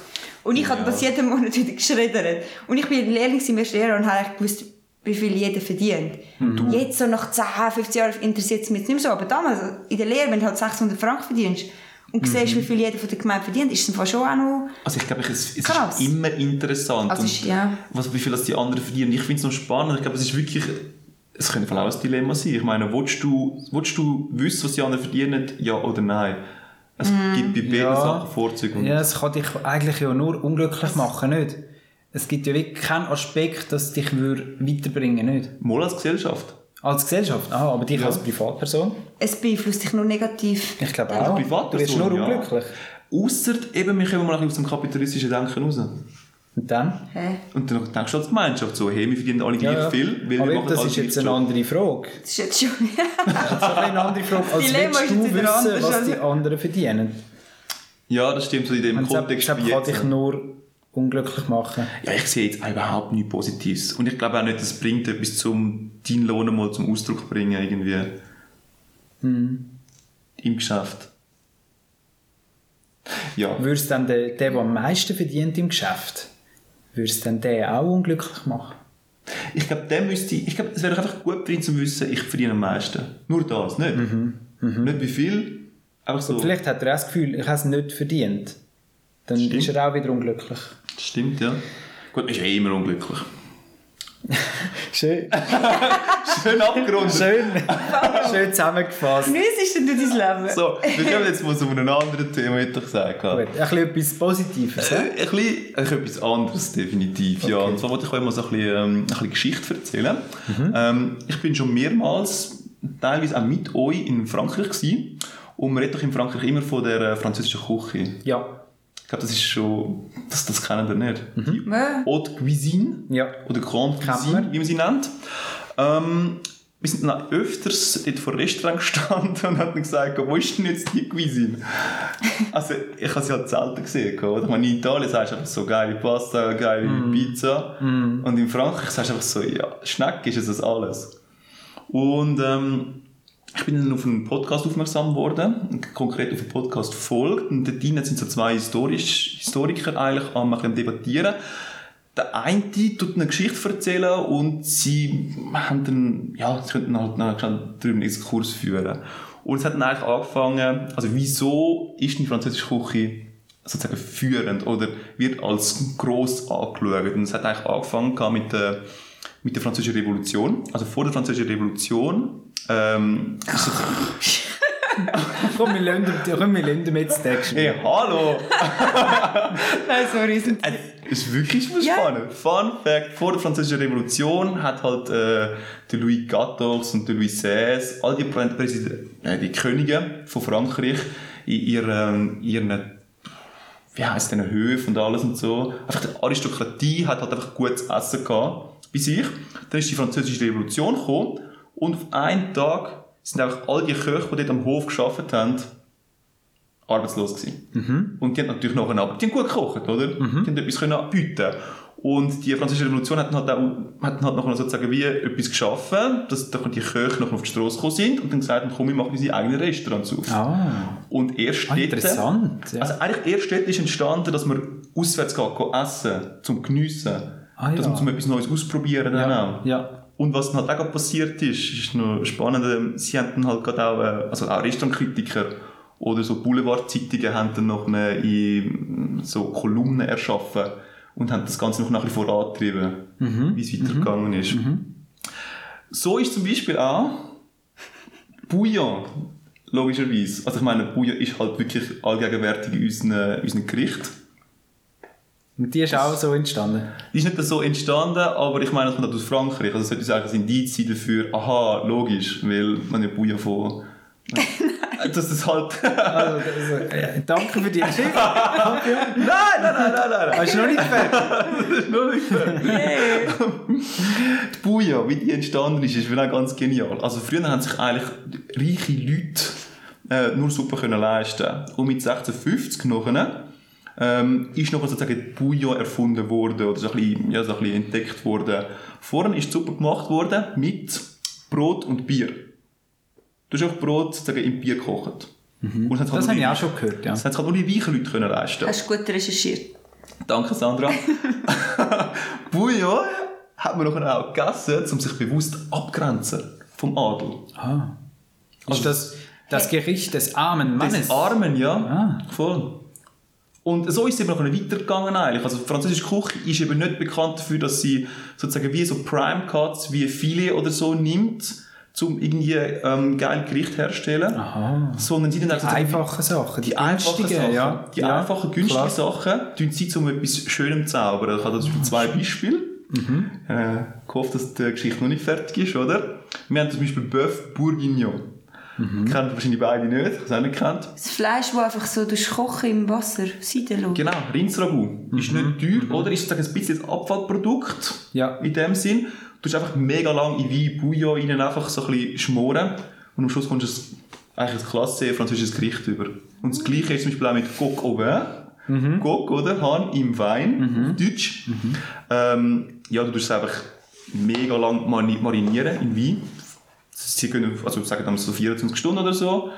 Speaker 5: Und ich habe das jeden Monat wieder geschreddert. Und ich bin Lehrling im ersten Jahr und habe eigentlich gewusst, wie viel jeder verdient. Jetzt, so nach 10, 15 Jahren, interessiert es mich jetzt nicht mehr so. Aber damals, in der Lehre, wenn du halt 600 Franken verdienst und siehst, wie viel jeder von der Gemeinde verdient, ist es im Fall schon auch noch
Speaker 4: Also ich glaube, ich- es, es
Speaker 5: Krass.
Speaker 4: ist immer interessant,
Speaker 5: Also
Speaker 4: und
Speaker 5: ist- ja.
Speaker 4: was, wie viel das die anderen verdienen. Ich finde es noch spannend. Ich glaube, es ist wirklich, es könnte vielleicht auch ein Dilemma sein. Ich meine, willst du, willst du wissen, was die anderen verdienen, ja oder nein? Es
Speaker 5: Mhm.
Speaker 4: gibt bei beiden
Speaker 3: Ja.
Speaker 4: Sachen Vorzüge. Und
Speaker 3: Ja, es kann dich eigentlich ja nur unglücklich machen, nicht? Es gibt ja wirklich keinen Aspekt, das dich würd weiterbringen nicht?
Speaker 4: Mal als Gesellschaft.
Speaker 3: Als Gesellschaft, aha, aber dich als Privatperson?
Speaker 5: es beeinflusst dich nur negativ. Also,
Speaker 3: Ich glaube auch.
Speaker 4: Privatperson,
Speaker 3: du wirst nur
Speaker 4: ja.
Speaker 3: unglücklich.
Speaker 4: Ausser eben, wir kommen mal ein bisschen aus dem kapitalistischen Denken raus.
Speaker 3: Und dann?
Speaker 5: Hä?
Speaker 4: Und dann denkst du als Gemeinschaft so, hey, wir verdienen alle gleich viel, weil
Speaker 3: aber
Speaker 4: wir
Speaker 3: eben,
Speaker 4: machen halt
Speaker 3: das
Speaker 4: alle
Speaker 3: ist
Speaker 4: gleich
Speaker 3: jetzt eine
Speaker 4: Job.
Speaker 3: andere Frage.
Speaker 5: Das ist jetzt schon.
Speaker 3: Das ist eine andere Frage, als
Speaker 5: Dilemma ist
Speaker 3: willst du
Speaker 5: jetzt wieder
Speaker 3: wissen,
Speaker 5: anders,
Speaker 3: was
Speaker 5: also.
Speaker 3: die anderen verdienen.
Speaker 4: Ja, das stimmt, so in dem
Speaker 3: Und
Speaker 4: Kontext
Speaker 3: deshalb
Speaker 4: wie
Speaker 3: kann
Speaker 4: jetzt.
Speaker 3: dich nur unglücklich machen.
Speaker 4: Ja, ich sehe jetzt auch überhaupt nichts Positives. Und ich glaube auch nicht, dass es bringt, etwas zum deinen Lohn mal zum Ausdruck zu bringen, irgendwie.
Speaker 3: Hm.
Speaker 4: Im Geschäft. Ja.
Speaker 3: Würdest dann der, der, der am meisten verdient im Geschäft, würdest dann den auch unglücklich machen?
Speaker 4: Ich glaube, dem müsste ich, ich glaube, es wäre doch einfach gut drin zu wissen, ich verdiene am meisten. Nur das, nicht? Nicht wie viel, einfach so.
Speaker 3: Mhm. Vielleicht hat er auch das Gefühl, ich habe es nicht verdient. Dann
Speaker 4: Stimmt.
Speaker 3: ist er auch wieder unglücklich.
Speaker 4: Stimmt, ja. Gut, man ist eh immer unglücklich.
Speaker 3: Schön,
Speaker 4: Schön abgerundet.
Speaker 3: schön, schön zusammengefasst.
Speaker 5: Wie ist denn du dein Leben?
Speaker 4: So, wir kommen jetzt mal zu einem anderen Thema, hätte ich gesagt.
Speaker 3: Gut, ein bisschen etwas Positives.
Speaker 4: Äh, Ein bisschen, ein bisschen etwas anderes, definitiv. Ja. Und zwar wollte ich euch mal so ein bisschen, ähm, ein bisschen Geschichte erzählen. Ähm, ich bin schon mehrmals, teilweise auch mit euch, in Frankreich gewesen. Und man redet doch in Frankreich immer von der äh, französischen Küche.
Speaker 3: Ja,
Speaker 4: Ich glaube, das ist schon. Das, das kennen wir nicht. Die
Speaker 5: Ja.
Speaker 4: Haute Cuisine.
Speaker 3: Mhm. Ja.
Speaker 4: Oder Grand
Speaker 3: Kennt
Speaker 4: Cuisine,
Speaker 3: man.
Speaker 4: wie man sie nennt. Ähm, wir sind dann auch öfters dort vor dem Restaurant gestanden und haben dann gesagt, wo ist denn jetzt die Cuisine? also, ich habe sie halt selten gesehen. Oder? Ich meine, in Italien sagst du einfach so geile Pasta, geile
Speaker 3: Mhm.
Speaker 4: Pizza. Und in Frankreich sagst du einfach so, ja, Schneck ist es das alles. Und ähm, ich bin dann auf einen Podcast aufmerksam geworden, konkret auf einen Podcast folgt. Und dort drin sind so zwei Historisch, Historiker eigentlich am, ein bisschen am Debattieren. Der eine tut eine Geschichte erzählen und sie haben dann, ja, sie könnten halt noch einen drüben Exkurs führen. Und es hat dann eigentlich angefangen, also wieso ist die französische Küche sozusagen führend oder wird als gross angeschaut. Und es hat eigentlich angefangen gehabt mit der, mit der Französischen Revolution. Also vor der Französischen Revolution ähm,
Speaker 3: komm, wir lassen dem- komm, wir lassen dem jetzt den Geschmack.
Speaker 4: Hey, hallo!
Speaker 5: Nein, sorry. sind-
Speaker 4: Es ist wirklich mal
Speaker 5: Ja.
Speaker 4: spannend. Fun Fact: Vor der Französischen Revolution hat halt äh, der Louis XIV und der Louis XVI, all die, Prä- Präsid- äh, die Könige von Frankreich, in ihren, ihren wie heisst denn, Höfen und alles und so. Einfach die Aristokratie hat halt einfach gutes Essen gehabt bei sich. Dann ist die Französische Revolution gekommen und auf einen Tag sind einfach all die Köche, die dort am Hof gearbeitet haben, arbeitslos gewesen.
Speaker 3: Mhm.
Speaker 4: Und die haben natürlich nachher aber die haben gut gekocht, oder? Die haben etwas können anbieten. Und die französische Revolution hat dann halt, auch, hat dann halt nachher sozusagen wie etwas geschaffen, dass dann die Köche noch auf die Straße gekommen sind und dann gesagt haben, komm, wir machen unsere eigenen Restaurants auf.
Speaker 3: Ah,
Speaker 4: Und erst
Speaker 3: Ah,
Speaker 4: dort-
Speaker 3: interessant, ja.
Speaker 4: Also eigentlich erst dort ist entstanden, dass man auswärts geht, geht essen, zum Geniessen.
Speaker 3: Ah,
Speaker 4: dass
Speaker 3: ja.
Speaker 4: man zum etwas Neues ausprobieren dann
Speaker 3: Ja,
Speaker 4: auch.
Speaker 3: ja.
Speaker 4: Genau. Und was dann halt auch gerade passiert ist, ist noch spannend, ähm, sie haben dann halt gerade auch, äh, also auch Restaurantkritiker oder so Boulevardzeitungen haben dann noch eine, in mm, so Kolumnen erschaffen und haben das Ganze noch nach wie vor angetrieben, wie es weitergegangen ist. So ist zum Beispiel auch Bouillon, logischerweise. Also ich meine, Bouillon ist halt wirklich allgegenwärtig in unseren, unseren Gericht.
Speaker 3: Und die ist auch so entstanden.
Speaker 4: Die ist nicht so entstanden, aber ich meine, das kommt halt aus Frankreich. Also es sollte sagen, das Indiz sein dafür, aha, logisch, weil man ja Bouillon von... Dass das halt...
Speaker 3: Also, also, äh, danke für die Geschichte.
Speaker 4: nein, nein, nein, nein, nein, nein.
Speaker 3: Hast du noch nicht fertig?
Speaker 4: Das ist noch nicht fair. Die Bouillon, wie die entstanden ist, ist auch ganz genial. Also früher haben sich eigentlich reiche Leute äh, nur Suppe können leisten. Und mit 1650 noch ne, ähm, ist noch sozusagen die Bouillon erfunden worden oder so ein bisschen, ja, so ein bisschen entdeckt worden. Vorher ist die Suppe gemacht worden mit Brot und Bier. Du hast auch Brot sozusagen im Bier gekocht. Und es
Speaker 3: Mhm. Das
Speaker 4: hat halt nur
Speaker 3: habe
Speaker 4: die-
Speaker 3: ich auch schon gehört, ja.
Speaker 4: Das hat sich halt nur die reichen Leute können leisten.
Speaker 5: Hast du gut recherchiert.
Speaker 4: Danke, Sandra. Bouillon hat man nachher auch gegessen, um sich bewusst abgrenzen vom Adel.
Speaker 3: Ah. Ist das das Gericht des armen Mannes?
Speaker 4: Des Armen, ja.
Speaker 3: Ah.
Speaker 4: Voll. Und so ist es eben noch weitergegangen eigentlich. Also die französische Küche ist eben nicht bekannt dafür, dass sie sozusagen wie so Prime Cuts, wie Filet oder so nimmt, um irgendwie ähm, geil Gericht herstellen.
Speaker 3: Aha.
Speaker 4: Sondern sie dann auch sozusagen
Speaker 3: Einfache Sachen, die,
Speaker 4: die einfachen
Speaker 3: günstigen,
Speaker 4: Sachen,
Speaker 3: ja.
Speaker 4: die
Speaker 3: ja,
Speaker 4: einfachen, günstigen
Speaker 3: klar.
Speaker 4: Sachen, tun sie zum etwas Schönem zu zaubern. Ich habe da zum Beispiel zwei Beispiele.
Speaker 3: Mhm.
Speaker 4: Äh, ich hoffe, dass die Geschichte noch nicht fertig ist, oder? Wir haben zum Beispiel Bœuf Bourguignon.
Speaker 3: Mhm.
Speaker 4: Kennen wahrscheinlich beide nicht, ich habe es auch nicht gekannt.
Speaker 5: Das Fleisch, das einfach so durch Kochen im Wasser seidenlos.
Speaker 4: Genau, Rindsragout. Ist nicht teuer, oder? Ist sozusagen ein bisschen ein Abfallprodukt.
Speaker 3: Ja.
Speaker 4: In dem Sinn. Du tust einfach mega lang in Wein, Bouillon rein, einfach so ein bisschen schmoren. Und am Schluss kommst du ein, eigentlich ein klasse französisches Gericht über. Und das gleiche ist zum Beispiel auch mit Coq au vin. Coq, oder? Hahn im Wein, auf Deutsch. Ähm, ja, du tust es einfach mega lang mani- marinieren in Wein. Sie können, also sagen dann so 24 Stunden oder so.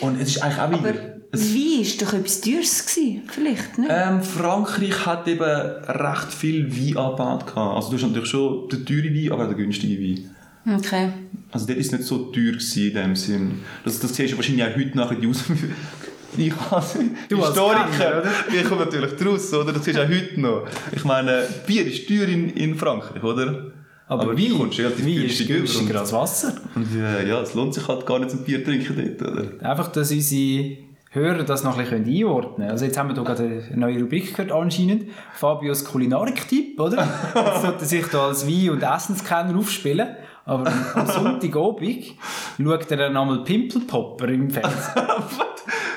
Speaker 4: Und es ist eigentlich auch wieder.
Speaker 5: Aber
Speaker 4: Es,
Speaker 5: Wein war doch etwas Teures, gewesen, vielleicht, ne? nicht?
Speaker 4: ähm, Frankreich hat eben recht viel Wein angebaut. gehabt. Also du hast natürlich schon den teuren Wein, aber auch den günstigen Wein.
Speaker 5: Okay.
Speaker 4: Also dort war es nicht so teuer gewesen in dem Sinn. Das, das siehst du wahrscheinlich auch heute nachher die Auswirkungen. Ich als
Speaker 3: Du als Kellner,
Speaker 4: Historiker,
Speaker 3: oder?
Speaker 4: ich komme natürlich draus, oder? Das siehst du auch heute noch. Ich meine, Bier ist teuer in, in Frankreich, oder?
Speaker 3: Aber,
Speaker 4: du
Speaker 3: Wein,
Speaker 4: kommst relativ
Speaker 3: Wein ist
Speaker 4: günstig über
Speaker 3: günstiger als Wasser.
Speaker 4: Und, und äh, ja, es lohnt sich halt gar nicht zum Bier trinken dort, oder?
Speaker 3: Einfach, dass unsere Hörer das noch ein bisschen einordnen können. Also jetzt haben wir hier gerade eine neue Rubrik gehört anscheinend. Fabios Kulinarik-Tipp, oder? Jetzt sollte sich da als Wein- und Essenskenner aufspielen. Aber am Sonntagabend schaut er dann einmal Pimpelpopper im Fernsehen.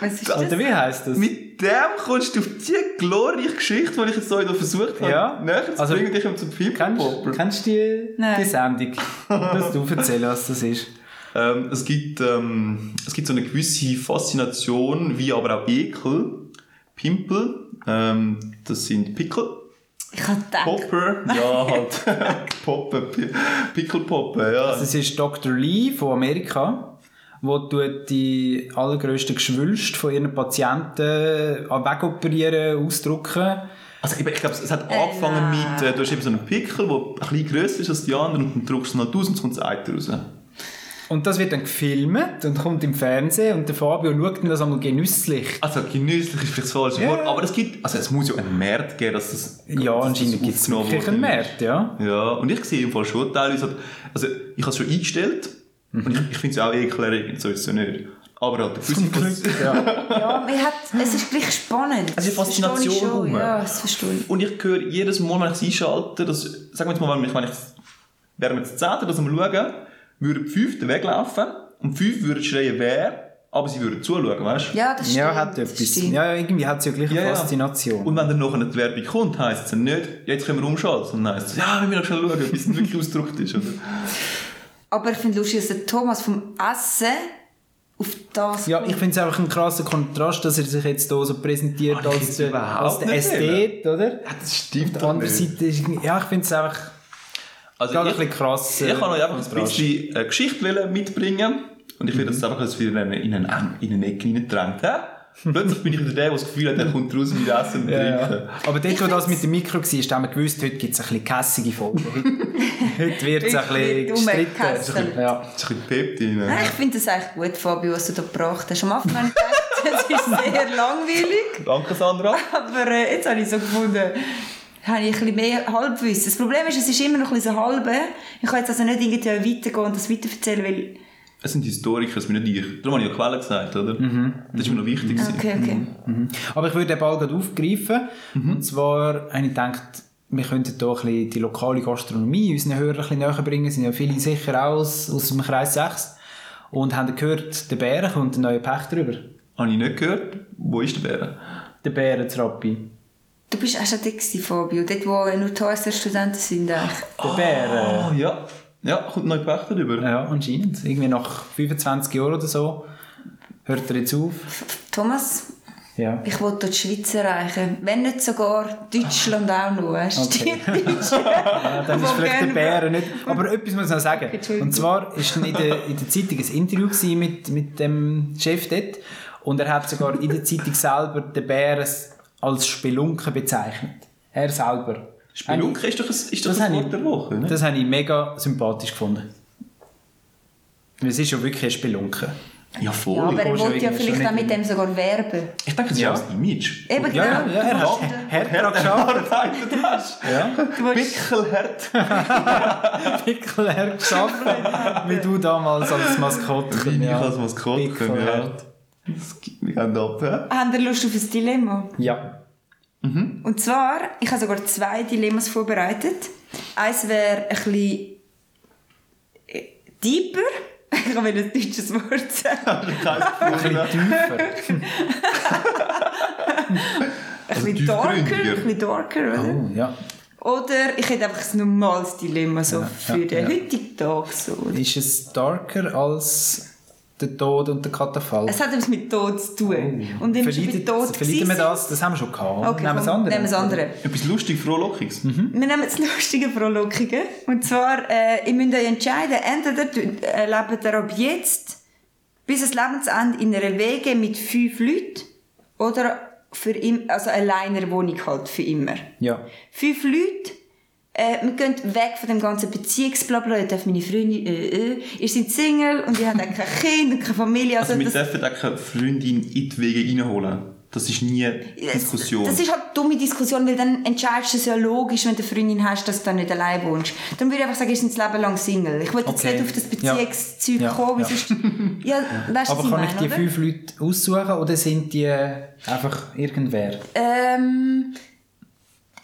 Speaker 5: Was ist
Speaker 3: Alter, wie heisst das?
Speaker 4: Mit dem kommst du auf die glorreiche Geschichte, die ich jetzt so noch versucht habe,
Speaker 3: Ja.
Speaker 4: näher zu
Speaker 3: Also,
Speaker 4: bringen, dich um zum Filmpopper.
Speaker 3: Kennst, kennst du die,
Speaker 5: Nein.
Speaker 3: die Sendung? Dass du erzählen, was das ist.
Speaker 4: Ähm, es, gibt, ähm, es gibt so eine gewisse Faszination, wie aber auch Ekel. Pimpel, ähm, das sind Pickel.
Speaker 5: Ich habe gedacht,
Speaker 4: Popper, ja halt. Poppen, Pi- Pickelpoppen, ja.
Speaker 3: Das ist Dr. Lee von Amerika, wo tut die allergrößten Geschwülste von ihren Patienten an- wegoperieren, ausdrucken.
Speaker 4: Also eben, ich glaube, es hat angefangen mit, äh, du hast eben so einen Pickel, der ein bisschen grösser ist als die anderen und dann drückst du ihn halt aus und es kommt das Eiter raus.
Speaker 3: Und das wird dann gefilmt und kommt im Fernsehen und der Fabio schaut dann das einmal genüsslich.
Speaker 4: Also genüsslich ist vielleicht das falsche
Speaker 3: Ja.
Speaker 4: Wort, aber es gibt, also es muss ja einen Markt geben, dass das
Speaker 3: Ja,
Speaker 4: dass das
Speaker 3: anscheinend gibt es
Speaker 4: aufgenommen
Speaker 3: wirklich einen
Speaker 4: worden ist.
Speaker 3: Markt, ja.
Speaker 4: Ja, und ich sehe im Fall schon teilweise, halt- also ich habe es schon eingestellt und ich, ich finde es auch ekelhaft, so ist es ja nicht. Aber halt, der
Speaker 3: Mhm. Zum Glück, ja.
Speaker 5: ja, man hat, es ist gleich spannend.
Speaker 4: Also die
Speaker 5: Das verstehe ich
Speaker 4: Faszination
Speaker 5: schon,
Speaker 4: rum.
Speaker 5: Ja, das verstehe ich.
Speaker 4: Und ich höre jedes Mal, wenn ich es einschalte, dass, sagen wir jetzt mal, wenn ich, wenn ich wären wir jetzt zehnter, dass wir schauen, würden die fünf den Weg laufen und fünf würden schreien, wer, aber sie würden zuschauen, weißt du?
Speaker 5: Ja, das stimmt.
Speaker 3: ja, hat
Speaker 5: das
Speaker 3: etwas.
Speaker 5: stimmt.
Speaker 3: Ja, irgendwie hat es ja gleich eine
Speaker 4: Ja, ja.
Speaker 3: Faszination.
Speaker 4: Und wenn dann noch eine Werbung kommt, heisst es dann nicht, jetzt können wir umschalten, sondern heisst es, ja, wir müssen noch schnell schauen, bis es wirklich ausgedruckt ist. Oder?
Speaker 5: Aber ich finde lustig, dass der Thomas vom Essen auf das
Speaker 3: Ja, ich finde es einfach ein krasser Kontrast, dass er sich jetzt hier so präsentiert
Speaker 4: Ah, ich
Speaker 3: als
Speaker 4: find's
Speaker 3: der,
Speaker 4: überhaupt
Speaker 3: als der
Speaker 4: nicht
Speaker 3: Ästhet, oder?
Speaker 4: Ja, das stimmt
Speaker 3: Auf der anderen Seite ist, ja, ich finde es einfach
Speaker 4: Also
Speaker 3: gerade
Speaker 4: ich-
Speaker 3: ein bisschen krass.
Speaker 4: Ich
Speaker 3: äh,
Speaker 4: kann euch einfach ein
Speaker 3: Kontrast.
Speaker 4: bisschen äh, Geschichte wollen mitbringen und ich finde, dass es einfach dass wir in eine, in eine, in eine Ecke hineindrängt. hä? Plötzlich bin ich wieder der, der das Gefühl hat, der kommt raus mit Essen und
Speaker 3: Ja,
Speaker 4: Trinken.
Speaker 3: ja. Aber dort, wo das mit dem Mikro war, haben wir gewusst, heute gibt es ein bisschen kässige Folgen. Heute- heute wird es ein
Speaker 5: Heute wird
Speaker 3: bisschen gestritten.
Speaker 5: umgekasselt.
Speaker 3: Ja.
Speaker 4: Das ist ein bisschen Pep drin.
Speaker 5: Nein, ich finde das eigentlich gut, Fabio, was du da gebracht hast. Am Anfang habe ich gedacht, das ist sehr langweilig.
Speaker 4: Danke, Sandra.
Speaker 5: Aber äh, jetzt habe ich so gefunden, habe ich ein bisschen mehr Halbwissen. Das Problem ist, es ist immer noch ein bisschen halbe. Ich kann jetzt also nicht irgendwie weitergehen und das weiterverzählen, weil...
Speaker 4: Es sind Historiker, es bin nicht ich. Darum habe ich ja Quelle gesagt, oder? Das ist mir noch wichtig. gewesen.
Speaker 5: Okay, okay.
Speaker 3: Mhm. Aber ich würde den Ball gerade aufgreifen. Und zwar habe ich gedacht, wir könnten hier ein bisschen die lokale Gastronomie unseren Hörern ein bisschen näher bringen. Es sind ja viele sicher auch aus, aus dem Kreis 6. Und haben gehört, der Bären kommt ein neuer Pächter rüber.
Speaker 4: Habe ich nicht gehört. Wo ist der Bär?
Speaker 3: Der Bären zu Rappi.
Speaker 5: Du bist auch schon dort, gewesen, Fabio. Dort, wo nur TSR-Studenten sind. äh, eigentlich.
Speaker 3: Der Bären.
Speaker 4: Ah, ja. Ja, kommt neue Pächter rüber.
Speaker 3: Ja, anscheinend. Irgendwie nach 25 Jahren oder so hört er jetzt auf.
Speaker 5: Thomas,
Speaker 3: Ja.
Speaker 5: ich wollte die Schweiz erreichen. Wenn nicht sogar Deutschland auch noch. Weißt
Speaker 3: Okay.
Speaker 5: du? Die Deutschen.
Speaker 3: Ja, dann ist
Speaker 5: Vom
Speaker 3: vielleicht der
Speaker 5: Bern-
Speaker 3: Bären nicht. Aber etwas muss ich noch sagen.
Speaker 5: Entschuldigung.
Speaker 3: Und zwar ist in der, in der Zeitung ein Interview gewesen mit, mit dem Chef dort. Und er hat sogar in der Zeitung selber den Bären als Spelunke bezeichnet. Er selber.
Speaker 4: Spelunke ist doch ein, ist doch
Speaker 3: Das
Speaker 4: das
Speaker 3: habe
Speaker 4: Wort der Woche,
Speaker 3: ich,
Speaker 4: ne?
Speaker 3: das habe ich mega sympathisch gefunden. Weil Es ist ja wirklich eine Spelunke.
Speaker 4: Ja, voll.
Speaker 5: Ja, aber er
Speaker 3: kommst ja
Speaker 5: wollte ja
Speaker 3: irgendwie
Speaker 5: vielleicht
Speaker 3: schon
Speaker 5: auch mit dem sogar werben.
Speaker 4: ich denke, es ist
Speaker 3: Ja.
Speaker 4: ja. auch ein Image.
Speaker 5: Eben genau.
Speaker 3: Ja, ja, ja er hat er hat daran
Speaker 4: Ah,
Speaker 3: geschafft.
Speaker 4: Arbeitet hast.
Speaker 3: Ja,
Speaker 4: Pickelherd.
Speaker 3: Pickel er hat geschafft. Wie du damals als Maskottchen.
Speaker 4: Wie ich
Speaker 3: ja.
Speaker 4: als Maskottchen, ja.
Speaker 3: Pickelherd.
Speaker 4: Das gibt mir einen ab, hä?
Speaker 5: Habt ihr Lust auf ein Dilemma?
Speaker 3: Ja.
Speaker 5: Und zwar, ich habe sogar zwei Dilemmas vorbereitet. Eins wäre ein bisschen äh, deeper. Ich will ein deutsches Wort sagen.
Speaker 4: Das ist kein
Speaker 3: Ein
Speaker 4: Gefühl,
Speaker 3: bisschen
Speaker 4: ne?
Speaker 3: tiefer.
Speaker 5: Ein
Speaker 4: Also
Speaker 5: bisschen darker,
Speaker 4: tiefgründiger.
Speaker 5: ein bisschen darker, oder?
Speaker 3: Oh, ja.
Speaker 5: Oder ich hätte einfach ein normales Dilemma so für
Speaker 3: ja,
Speaker 5: den
Speaker 3: ja.
Speaker 5: heutigen Tag. So.
Speaker 3: Ist es darker als der Tod und der Katafall?
Speaker 5: Es hat etwas mit Tod zu tun. Und wenn wir schon bei Tod
Speaker 3: Oh. verleiten wir
Speaker 5: gewesen
Speaker 3: das? Das haben wir schon gehabt.
Speaker 5: sind- Okay,
Speaker 3: nehmen wir das
Speaker 5: komm,
Speaker 3: andere.
Speaker 5: Nehmen wir das andere.
Speaker 4: Etwas lustig, frohlockiges.
Speaker 3: Mhm.
Speaker 5: Wir nehmen das lustige Prologungen. Und zwar, äh, ihr müsst euch entscheiden, entweder du- äh, lebt ihr ab jetzt bis ans Lebensende in einer WG mit fünf Leuten oder für im, also alleine Wohnung halt für immer.
Speaker 3: Ja.
Speaker 5: Fünf Leute, äh, wir gehen weg von dem ganzen Beziehungsblabla, ich darf meine Freundin, äh, äh, ihr seid Single und ihr habt auch kein Kind und keine Familie. Also
Speaker 4: Also wir
Speaker 5: das-
Speaker 4: dürfen auch keine Freundin in die Wege reinholen. Das ist nie Diskussion.
Speaker 5: Das ist halt eine dumme Diskussion, weil dann entscheidest du es ja logisch, wenn du eine Freundin hast, dass du dann nicht allein wohnst. Dann würde ich einfach sagen, ist das Leben lang Single. Ich wollte jetzt
Speaker 3: Okay.
Speaker 5: nicht auf das
Speaker 3: Ja.
Speaker 5: Beziehungszeug
Speaker 3: Ja.
Speaker 5: kommen, weil
Speaker 3: Ja.
Speaker 5: sonst... Ja, weißt du, was
Speaker 3: Aber
Speaker 5: ich
Speaker 3: kann
Speaker 5: meine,
Speaker 3: ich die
Speaker 5: oder?
Speaker 3: fünf Leute aussuchen oder sind die äh, einfach irgendwer?
Speaker 5: Ähm,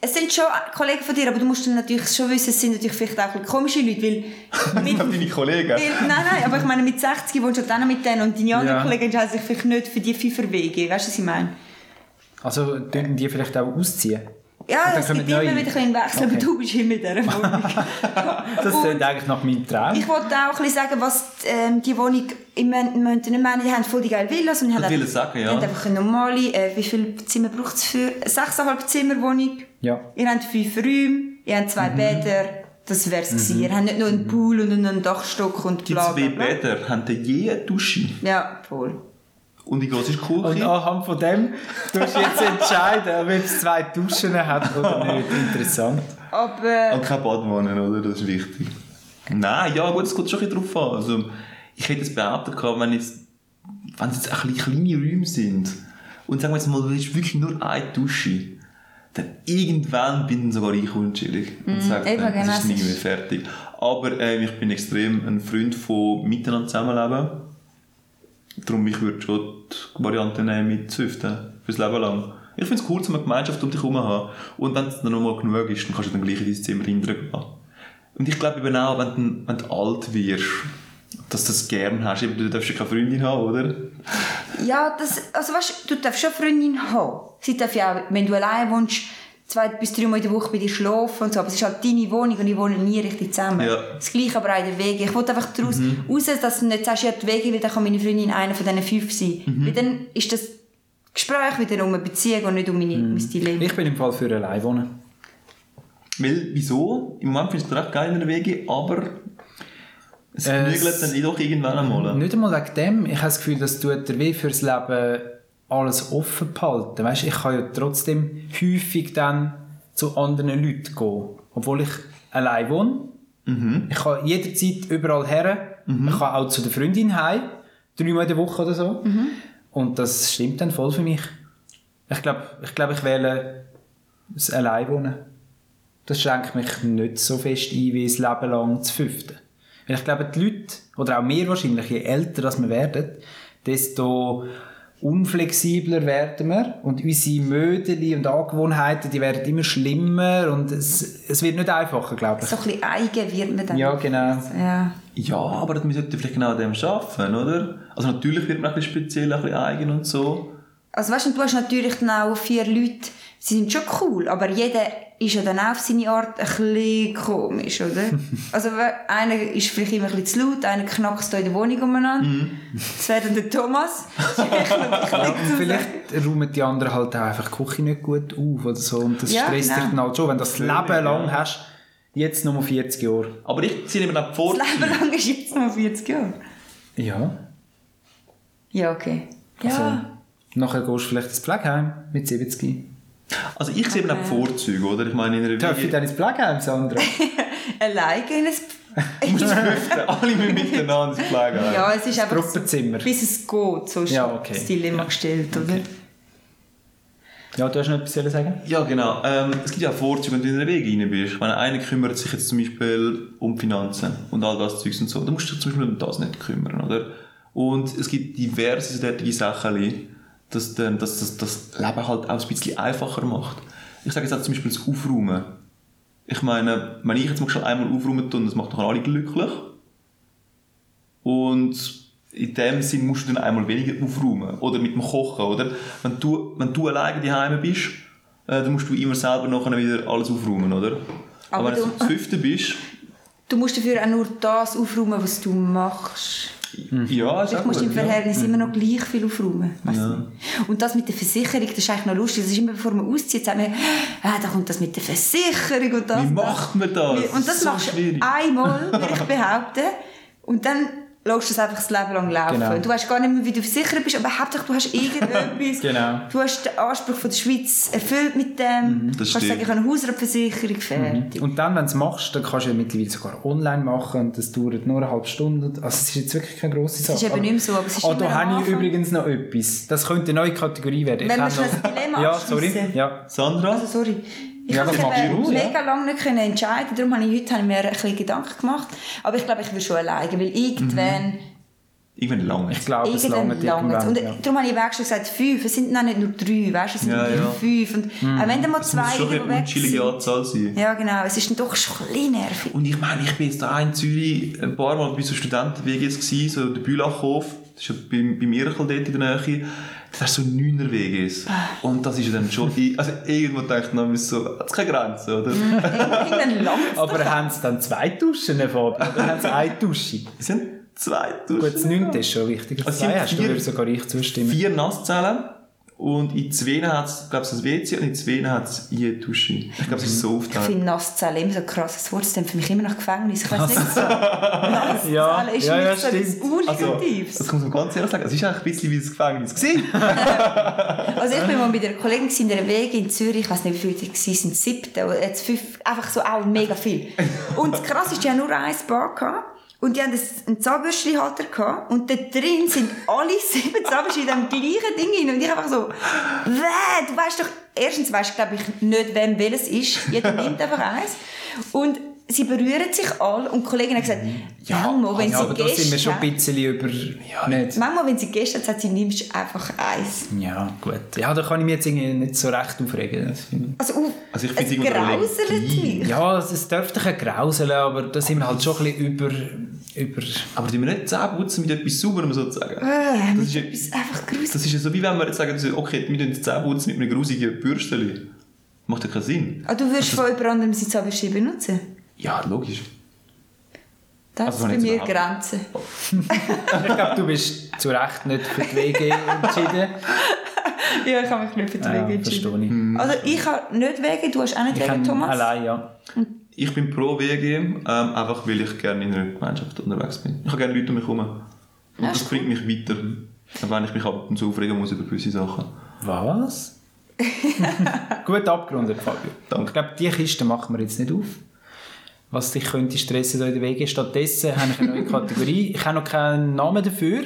Speaker 5: es sind schon Kollegen von dir, aber du musst dann natürlich schon wissen, es sind natürlich vielleicht auch ein bisschen komische Leute, weil... mit-
Speaker 4: Deine Kollegen.
Speaker 5: weil nein, nein, aber ich meine, mit 60 wohnst du dann mit denen und deine anderen
Speaker 3: Ja.
Speaker 5: Kollegen entscheiden sich vielleicht nicht für die Fünfer-WG, weißt du, was ich meine?
Speaker 3: Also dürfen die vielleicht auch ausziehen? Und
Speaker 5: Ja,
Speaker 3: dann
Speaker 5: es
Speaker 3: kommen
Speaker 5: gibt immer
Speaker 3: neue.
Speaker 5: wieder ein bisschen Wechsel, aber
Speaker 3: Okay.
Speaker 5: du bist immer in dieser Wohnung.
Speaker 3: Das
Speaker 5: Und-
Speaker 3: klingt eigentlich nach meinem Traum.
Speaker 5: Ich wollte auch ein bisschen sagen, was ähm, die Wohnung im Mönten nicht meinen. Die haben voll die geile Villas. Und die haben
Speaker 4: Villen
Speaker 5: einfach-
Speaker 4: sagen, ja.
Speaker 5: Die haben einfach eine normale, äh, wie viele Zimmer braucht es für? Eine 6,5 Zimmer Wohnung.
Speaker 3: Ja. Mhm.
Speaker 5: Ihr habt fünf Räume, ihr habt zwei Bäder. Das wär's gewesen. Ihr habt nicht nur einen Pool und einen Dachstock und
Speaker 4: Die
Speaker 5: bla
Speaker 4: zwei
Speaker 3: ne?
Speaker 5: bla bla.
Speaker 4: Bäder haben da je eine Dusche.
Speaker 5: Ja, voll.
Speaker 4: Und die grosse Küche.
Speaker 3: Und anhand von dem tust du jetzt entscheiden, ob es zwei Duschen hat oder nicht. Interessant.
Speaker 5: Aber
Speaker 4: Und keine Badwanne, oder? Das ist wichtig. Äh, Nein, ja gut, es kommt schon ein bisschen drauf an. Also, ich hätte es behauptet, gehabt, wenn jetzt, wenn es jetzt ein bisschen kleine Räume sind und sagen wir jetzt mal, du hast wirklich nur eine Dusche, dann irgendwann bin ich sogar ich unschuldig und sage,
Speaker 5: eben,
Speaker 4: dann,
Speaker 5: genau,
Speaker 4: Mhm, es
Speaker 5: es
Speaker 4: ist nicht
Speaker 5: ist-
Speaker 4: mehr fertig. Aber ähm, ich bin extrem ein Freund von miteinander zusammenleben. Darum, ich würde schon die Variante nehmen mit Züften. Fürs Leben lang. Ich finde es cool, um eine Gemeinschaft um dich herum zu haben. Und wenn es dann nochmal genug ist, dann kannst du dann gleich in dein Zimmer hindern gehen. Und ich glaube eben auch, wenn du, wenn du alt wirst, dass du das gerne hast. Eben, Du darfst ja keine Freundin haben, oder?
Speaker 5: ja, das, also weißt, du du darfst schon eine Freundin haben. Sie darf ja auch, wenn du allein wohnst, zwei bis drei Mal in der Woche bei dir schlafen und so. Aber es ist halt deine Wohnung und ich wohne nie richtig zusammen.
Speaker 4: Ja.
Speaker 5: Das gleiche aber auch in der WG. Ich wollte einfach daraus raus, dass du nicht sagst, ja, die WG, weil dann kann meine Freundin einer von diesen fünf sein. Weil dann ist das Gespräch wieder um eine Beziehung und nicht um meine, mein Dilemma.
Speaker 3: Ich bin im Fall für Alleinwohnen.
Speaker 4: Weil, wieso? Im Moment findest du es recht geil in der WG, aber es
Speaker 3: Äh,
Speaker 4: knügelt dann doch irgendwann einmal.
Speaker 3: Nicht einmal wegen dem. Ich habe das Gefühl, dass tut dir weh fürs Leben alles offen behalten. Weißt, ich kann ja trotzdem häufig dann zu anderen Leuten gehen. Obwohl ich allein wohne. Ich kann jederzeit überall her. Ich kann auch zu der Freundin heim. Dreimal in der Woche oder so. Und das stimmt dann voll für mich. Ich glaube, ich, glaub, ich wähle das Alleinwohnen. Das schränkt mich nicht so fest ein wie das Leben lang zu fünften. Weil ich glaube, die Leute, oder auch wir wahrscheinlich, je älter das wir werden, desto unflexibler werden wir und unsere Mödeli und Angewohnheiten, die werden immer schlimmer und es, es wird nicht einfacher, glaube
Speaker 5: So ein bisschen eigen wird man dann.
Speaker 3: ich. Ja, genau.
Speaker 5: Ja.
Speaker 4: Ja, aber man sollte vielleicht genau an dem arbeiten, oder? Also natürlich wird man ein bisschen speziell, ein bisschen eigen und so.
Speaker 5: Also weißt du, du hast natürlich dann auch vier Leute, sie sind schon cool, aber jeder ist ja dann auch auf seine Art ein bisschen komisch, oder? also we- einer ist vielleicht immer ein bisschen zu laut, einer knackst da in der Wohnung umeinander.
Speaker 3: Mhm.
Speaker 5: Das wäre dann der Thomas.
Speaker 3: Und vielleicht räumen die anderen halt auch einfach die Küche nicht gut auf oder so und das
Speaker 5: Ja,
Speaker 3: stresst dich
Speaker 5: genau.
Speaker 3: dann halt schon, wenn du das
Speaker 4: Natürlich,
Speaker 3: Leben lang
Speaker 4: ja.
Speaker 3: hast, jetzt nur 40 Jahre.
Speaker 4: Aber ich ziehe mir dann vor,
Speaker 5: Das Leben lang ist jetzt mal 40 Jahre.
Speaker 3: Ja.
Speaker 5: Ja, okay. Ja.
Speaker 3: Also, nachher gehst du vielleicht ins Pflegeheim mit 70.
Speaker 4: also ich sehe mir dann Vorzüge, oder? Ich meine, in einer
Speaker 3: Darf ich
Speaker 4: WG
Speaker 3: dann ins Pflegeheim, Sandra?
Speaker 5: Alleine in ein...
Speaker 4: alle müssen miteinander ins Pflegeheim.
Speaker 5: ja, es ist einfach so,
Speaker 3: Gruppenzimmer.
Speaker 5: bis es geht, so ist
Speaker 3: Ja, okay.
Speaker 5: das Dilemma gestellt, oder?
Speaker 3: Ja, du hast noch etwas zu sagen?
Speaker 4: Ja, genau. Ähm, es gibt ja auch Vorzüge, wenn du in den Weg rein bist. Ich meine, einer kümmert sich jetzt zum Beispiel um Finanzen und all das Zeugs und so. Da musst du dich zum Beispiel um das nicht kümmern, oder? Und es gibt diverse solche Sachen, dass dann, dass, dass, das Leben halt auch ein bisschen einfacher macht. Ich sage jetzt auch zum Beispiel das Aufräumen. Ich meine, wenn ich jetzt mal schnell einmal aufräumen tue, das macht doch alle glücklich. Und in dem Sinn musst du dann einmal weniger aufräumen. Oder mit dem Kochen, oder? Wenn du, wenn du alleine daheim bist, äh, dann musst du immer selber nachher wieder alles aufräumen, oder? Aber,
Speaker 5: Aber
Speaker 4: wenn du
Speaker 5: du-
Speaker 4: zum Fünften bist,
Speaker 5: Du musst dafür auch nur das aufräumen, was du machst.
Speaker 4: ja, ist
Speaker 5: Vielleicht
Speaker 4: auch
Speaker 5: musst du im
Speaker 4: gut, ja.
Speaker 5: Verhältnis immer noch gleich viel aufräumen. Weiss
Speaker 4: Ja.
Speaker 5: nicht. Und das mit der Versicherung, das ist eigentlich noch lustig. Das ist immer, bevor man auszieht, sagt man, ah, da kommt das mit der Versicherung und das.
Speaker 4: Wie macht man das?
Speaker 5: Wie- Und das
Speaker 4: so
Speaker 5: machst du
Speaker 4: schwierig.
Speaker 5: einmal, würde ich behaupten. Und dann lässt es einfach das Leben lang laufen.
Speaker 3: Genau.
Speaker 5: Du weißt gar nicht mehr, wie du versichert bist, aber hauptsächlich du hast irgendetwas.
Speaker 3: Genau.
Speaker 5: Du hast den Anspruch von der Schweiz erfüllt mit dem. du kannst
Speaker 4: stimmt.
Speaker 5: sagen, ich habe eine Hausratversicherung,
Speaker 4: Mhm.
Speaker 5: fertig.
Speaker 3: Und dann, wenn du es machst, dann kannst du ja mittlerweile sogar online machen und das dauert nur eine halbe Stunde. Also es ist jetzt wirklich keine grosse Sache.
Speaker 5: ist eben nicht mehr so, aber es ist
Speaker 3: Ah,
Speaker 5: immer
Speaker 3: da
Speaker 5: am
Speaker 3: habe ich
Speaker 5: Anfang.
Speaker 3: übrigens noch etwas. Das könnte eine neue Kategorie werden. Ich
Speaker 5: Wenn wir
Speaker 3: habe
Speaker 5: schon
Speaker 3: noch-
Speaker 5: das Dilemma
Speaker 3: Ja, sorry.
Speaker 5: abschliessen.
Speaker 3: Ja.
Speaker 4: Sandra?
Speaker 5: Also sorry. Ich
Speaker 3: Ja,
Speaker 5: habe
Speaker 3: das machst du
Speaker 5: mich
Speaker 3: raus, ja.
Speaker 5: mega lange nicht können entscheiden, darum habe ich heute habe ich mir ein bisschen Gedanken gemacht. Aber ich glaube, ich würde schon alleine, weil irgendwann,
Speaker 4: Irgendwann lange.
Speaker 3: Ich glaube, es Mhm. lange
Speaker 5: irgendwann langt es. Und
Speaker 3: ja.
Speaker 5: darum habe ich weg schon gesagt, fünf, es sind noch nicht nur drei, weißt du, es sind
Speaker 4: Ja,
Speaker 5: nur
Speaker 4: ja.
Speaker 5: fünf. Und
Speaker 3: Mhm.
Speaker 5: auch wenn dann mal
Speaker 4: Es
Speaker 5: zwei
Speaker 4: muss schon
Speaker 5: irgendwo
Speaker 4: eine
Speaker 5: weg
Speaker 4: chillige
Speaker 5: sind.
Speaker 4: Anzahl sein.
Speaker 5: Ja genau, es ist dann doch schon ein bisschen nervig.
Speaker 4: Und ich meine, ich bin jetzt da in Zürich ein paar Mal bei so Studentenwegen jetzt gewesen, so der Bülachhof, das ist ja beim, beim Irchel dort in der Nähe, da hast du so 9er Weges. Und das ist ja dann schon, i- also irgendwo denkt man ist so, hat es keine Grenze, oder?
Speaker 5: Irgendwann langt es.
Speaker 3: Aber haben sie dann zwei Duschen, Fabian? Oder haben sie eine Dusche?
Speaker 4: Es sind zwei
Speaker 3: Gut, das
Speaker 4: Duschen.
Speaker 3: neunte ist schon wichtig. Das
Speaker 4: Also sind
Speaker 3: zwei hast du,
Speaker 4: vier-
Speaker 3: würde sogar ich zustimmen.
Speaker 4: Vier Nasszellen und in zwei hat es, glaube ich, das WC und in zwei hat es jede Dusche. Ich glaube, es ist so oft.
Speaker 5: Ich finde Nasszelle immer so ein krasses Wort, das klingt für mich immer nach Gefängnis. Ich weiß nicht, wieso.
Speaker 3: Ja,
Speaker 5: Nasszelle ist
Speaker 3: ja, ja,
Speaker 5: nicht so das
Speaker 3: stimmt.
Speaker 4: also,
Speaker 5: Unnegatives.
Speaker 4: das muss man ganz ehrlich sagen, es ist eigentlich ein bisschen wie das Gefängnis gewesen.
Speaker 5: Also ich bin mal mit einer Kollegin gewesen, in der Wege in Zürich, ich weiß nicht wie viele das waren, siebte oder jetzt fünf, einfach so auch mega viel. Und das krass ist, die haben nur ein Bar gehabt. Und die haben das- einen Zahnbürstchenhalter gehabt und da drin sind alle sieben Zahnbürsten in dem gleichen Ding hin. Und ich einfach so, «Wäh, du weißt doch, erstens weißt du, glaube ich, nicht, wem welches ist. Jeder nimmt einfach eins. Und sie berühren sich alle und die Kollegin hat gesagt, manchmal, wenn
Speaker 3: ja,
Speaker 5: sie
Speaker 3: aber da
Speaker 5: Gäste
Speaker 3: sind wir schon ein
Speaker 5: hat,
Speaker 3: bisschen über... Ja, nicht.
Speaker 5: manchmal, wenn sie Gäste hat, sagt sie, nimmst einfach eins.
Speaker 3: ja, gut. Ja, da kann ich mich jetzt irgendwie nicht so recht aufregen. Das finde
Speaker 5: Also, uh,
Speaker 4: Also ich
Speaker 5: es
Speaker 4: find's irgendwo
Speaker 5: grauselt
Speaker 4: legitim.
Speaker 5: mich.
Speaker 3: ich- Ja, es- es dürfte ein grauseln, aber da sind wir halt schon ein bisschen über... über
Speaker 4: Aber die wir nicht Zähne putzen mit etwas sauberem sozusagen.
Speaker 5: Äh,
Speaker 4: Das ist ja-
Speaker 5: mit etwas einfach gruselig.
Speaker 4: Das ist ja so, wie wenn wir jetzt sagen, würden, okay, wir putzen die Zähne putzen mit einem grusigen Bürstchen. Macht ja keinen Sinn.
Speaker 5: Ah, du würdest von jemand anderem sein Zahnbürstchen benutzen?
Speaker 4: Ja, logisch.
Speaker 5: Das
Speaker 4: Also,
Speaker 5: ist bei
Speaker 4: wenn ich
Speaker 5: mir
Speaker 4: jetzt
Speaker 5: Grenzen.
Speaker 3: ich glaube, du bist zu Recht nicht für die WG entschieden.
Speaker 5: Ja, ich habe mich nicht für die
Speaker 3: Ja,
Speaker 5: Wege
Speaker 3: verstehe
Speaker 5: entschieden.
Speaker 3: ich.
Speaker 4: Hm.
Speaker 5: Also ich habe nicht Wege, du hast auch nicht
Speaker 3: Ich
Speaker 5: Wege,
Speaker 3: kann
Speaker 5: Thomas.
Speaker 3: allein, ja.
Speaker 4: Ich bin pro WG, ähm, einfach weil ich gerne in einer Gemeinschaft unterwegs bin. Ich habe gerne Leute um mich herum. Und das bringt mich weiter. Auch wenn ich mich ab und zu aufregen muss über gewisse Sachen.
Speaker 3: Was? Gut abgerundet, Fabio.
Speaker 4: Danke.
Speaker 3: Ich glaube, die Kiste machen wir jetzt nicht auf. Was dich könnte stressen da in der Wege. Stattdessen habe ich eine neue Kategorie. Ich habe noch keinen Namen dafür,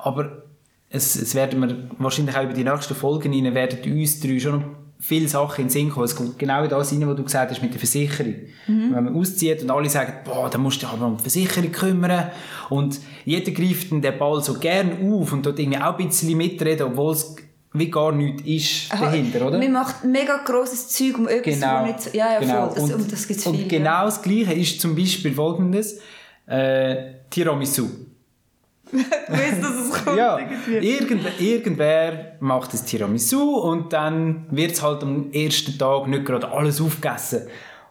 Speaker 3: aber es, es werden wir wahrscheinlich auch über die nächsten Folgen hinein werden uns drei schon noch viele Sachen in den Sinn kommen. Es kommt genau in das rein, was du gesagt hast mit der Versicherung.
Speaker 5: Mhm.
Speaker 3: Wenn man auszieht und alle sagen, boah, da musst du dich aber um die Versicherung kümmern und jeder greift dann den Ball so gern auf und dort irgendwie auch ein bisschen mitreden, obwohl es wie gar nichts ist
Speaker 5: Aha,
Speaker 3: dahinter, oder?
Speaker 5: Wir machen mega grosses Zeug um etwas,
Speaker 3: Genau.
Speaker 5: wo nicht so... Ja, ja,
Speaker 3: genau.
Speaker 5: voll. Das, und, das gibt es
Speaker 3: und
Speaker 5: viel.
Speaker 3: genau das Gleiche ist zum Beispiel folgendes: äh, Tiramisu.
Speaker 5: Du weißt, dass es kommt.
Speaker 3: Ja,
Speaker 5: irgendwie.
Speaker 3: irgend, irgendwer macht das Tiramisu und dann wird es halt am ersten Tag nicht gerade alles aufgegessen.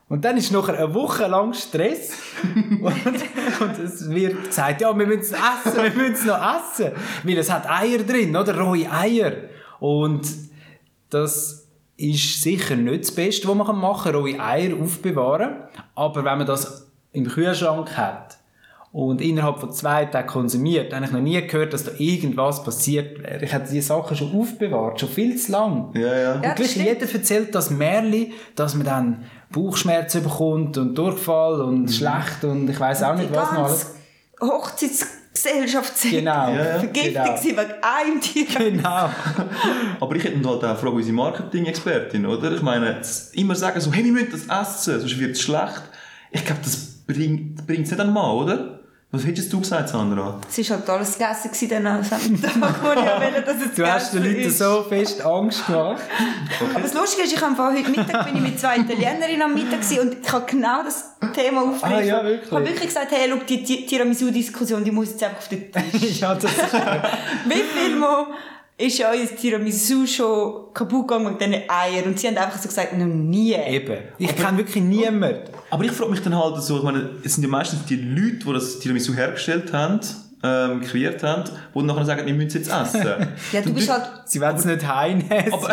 Speaker 3: Und dann ist nachher eine Woche lang Stress und, und es wird gesagt, ja, wir müssen es essen, wir müssen es noch essen. Weil es hat Eier drin, oder? Rohe Eier. Und das ist sicher nicht das Beste, was man machen kann, rohe Eier aufbewahren. Aber wenn man das im Kühlschrank hat und innerhalb von zwei Tagen konsumiert, habe ich noch nie gehört, dass da irgendwas passiert wäre. Ich habe die Sachen schon aufbewahrt, schon viel zu lang.
Speaker 4: Ja, ja.
Speaker 5: Ja,
Speaker 3: Und wirklich
Speaker 5: stimmt.
Speaker 3: jeder erzählt das Märli, dass man dann Bauchschmerzen bekommt und Durchfall
Speaker 4: Mhm.
Speaker 3: und schlecht und ich weiß auch nicht
Speaker 5: Die
Speaker 3: was noch
Speaker 5: ganze
Speaker 3: alles.
Speaker 5: Hochzeitsgesellschaft sind
Speaker 3: Genau.
Speaker 4: ja.
Speaker 5: vergiftet gewesen wegen einem Tier.
Speaker 3: Genau.
Speaker 4: Aber ich hätte halt auch eine Frage an unsere Marketing-Expertin, oder? Ich meine, das- immer sagen so, hey, wir müssen das essen, sonst wird es schlecht. Ich glaube, das bringt es nicht einmal, oder? Was hättest du gesagt, Sandra?
Speaker 5: Es war halt alles gegessen gewesen dann am Tag, wo ich auch wollte, dass es
Speaker 3: Du hast den
Speaker 5: gegessen
Speaker 3: Leuten
Speaker 5: ist.
Speaker 3: so fest Angst gemacht.
Speaker 5: Aber das Lustige ist, ich habe vorhin- heute Mittag bin ich mit zwei Italienerinnen am Mittag gewesen und ich habe genau das Thema aufgegriffen.
Speaker 3: Ah, ja, wirklich?
Speaker 5: Ich habe wirklich gesagt, hey, schau, die Ti- Tiramisu-Diskussion, die muss jetzt einfach auf den Tisch.
Speaker 3: ja, das ist
Speaker 5: Wie viel Mal ist ja unser Tiramisu schon kaputt gegangen mit diesen Eiern? Und sie haben einfach so gesagt, noch nie.
Speaker 3: eben. Ich kenne wirklich niemanden.
Speaker 4: Aber ich frage mich dann halt so, ich meine, es sind ja meistens die Leute, die das Tiramisu hergestellt haben, ähm, kreiert haben, die nachher sagen, wir müssen es jetzt essen.
Speaker 5: Ja, du
Speaker 4: Dann
Speaker 5: bist
Speaker 4: dürft-
Speaker 5: halt...
Speaker 3: Sie werden es nicht heimnehmen.
Speaker 4: Aber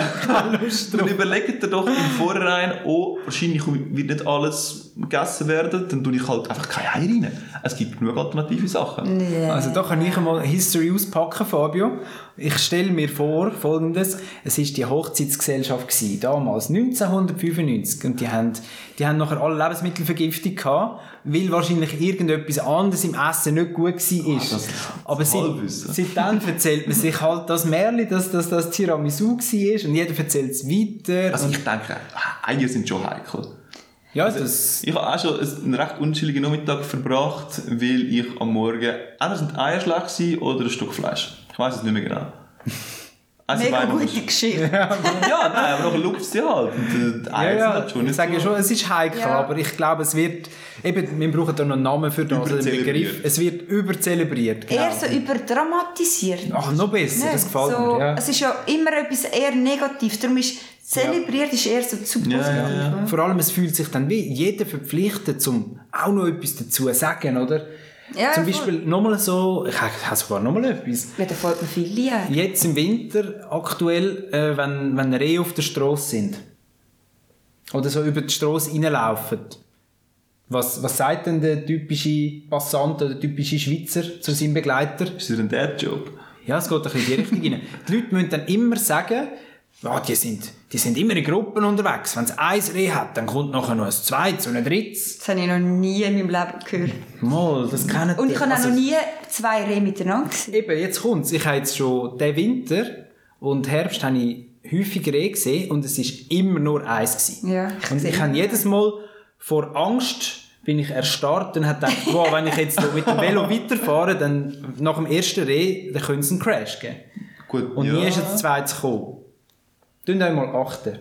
Speaker 4: dann überlegt ihr doch im Vorhinein, oh, wahrscheinlich wird nicht alles gegessen werden, dann tue ich halt einfach keine Eier rein. Es gibt genug alternative Sachen.
Speaker 3: Also da kann ich mal History auspacken, Fabio. Ich stelle mir vor, folgendes, es ist die Hochzeitsgesellschaft gewesen, damals, 1995, und die haben, die haben nachher alle Lebensmittelvergiftung gehabt, weil wahrscheinlich irgendetwas anderes im Essen nicht gut gewesen ist.
Speaker 4: Ah, das ist
Speaker 3: Aber seit,
Speaker 4: Halbwissen.
Speaker 3: seitdem erzählt man sich halt das Märli, dass das, das Tiramisu war und jeder erzählt es weiter.
Speaker 4: Also ich denke, Eier sind schon heikel.
Speaker 3: ja, das...
Speaker 4: Ich habe auch schon einen recht unschuldigen Nachmittag verbracht, weil ich am Morgen entweder sind die Eier schlecht gewesen oder ein Stück Fleisch. Ich weiß es nicht mehr genau. Also
Speaker 5: Mega
Speaker 4: meine-
Speaker 5: gute Geschichte.
Speaker 4: Ja, nein, aber nachher schaust du ja halt. Und die
Speaker 3: Ja,
Speaker 4: Eier sind
Speaker 3: ja,
Speaker 4: halt schon
Speaker 3: ich
Speaker 4: nicht
Speaker 3: sage
Speaker 4: so-
Speaker 3: schon, es ist heikel,
Speaker 5: Ja.
Speaker 3: aber ich glaube, es wird, eben, wir brauchen da noch einen Namen für das, oder einen
Speaker 4: Überzelebriert.
Speaker 3: Begriff, es wird überzelebriert, genau.
Speaker 5: Eher so überdramatisiert.
Speaker 3: Ach, noch besser,
Speaker 5: Nein,
Speaker 3: das gefällt
Speaker 5: so, also
Speaker 3: mir. Ja.
Speaker 5: Es ist ja immer etwas eher negativ. Darum ist zelebriert ist eher so zu positiv.
Speaker 4: Ja, ja, ja.
Speaker 3: Vor allem, es fühlt sich dann wie jeder verpflichtet, um auch noch etwas dazu zu sagen, oder?
Speaker 5: Ja,
Speaker 3: Zum
Speaker 5: voll.
Speaker 3: Beispiel nochmal so, ich habe ich habe sogar nochmal etwas.
Speaker 5: Ja, da fällt mir viel ein.
Speaker 3: Jetzt im Winter, aktuell, äh, wenn, wenn Rehe auf der Straße sind oder so über die Straße reinlaufen, was, was sagt denn der typische Passant oder der typische Schweizer zu seinem Begleiter?
Speaker 4: Ist das ein Dad-Job?
Speaker 3: Ja, es geht ein bisschen in die Richtung rein. Die Leute müssen dann immer sagen, ja, die, sind, die sind immer in Gruppen unterwegs. Wenn es ein Reh hat, dann kommt nachher noch ein zweites und ein drittes.
Speaker 5: Das habe ich noch nie in meinem Leben gehört.
Speaker 3: Mal, das kennen Also,
Speaker 5: Und ich habe auch noch nie zwei Rehe miteinander gesehen.
Speaker 3: Eben, jetzt kommt's. Ich habe jetzt schon den Winter und Herbst habe ich häufig Reh gesehen und es ist immer nur eins gewesen.
Speaker 5: Ja, ich
Speaker 3: und ich
Speaker 5: sehe.
Speaker 3: habe jedes Mal vor Angst bin ich erstarrt und habe gedacht, wow, wenn ich jetzt da mit dem Velo weiterfahre, dann nach dem ersten Reh, dann könnte es einen Crash geben.
Speaker 4: Gut,
Speaker 3: Und
Speaker 4: ja.
Speaker 3: nie ist jetzt ein zweites gekommen. Tun euch mal achten.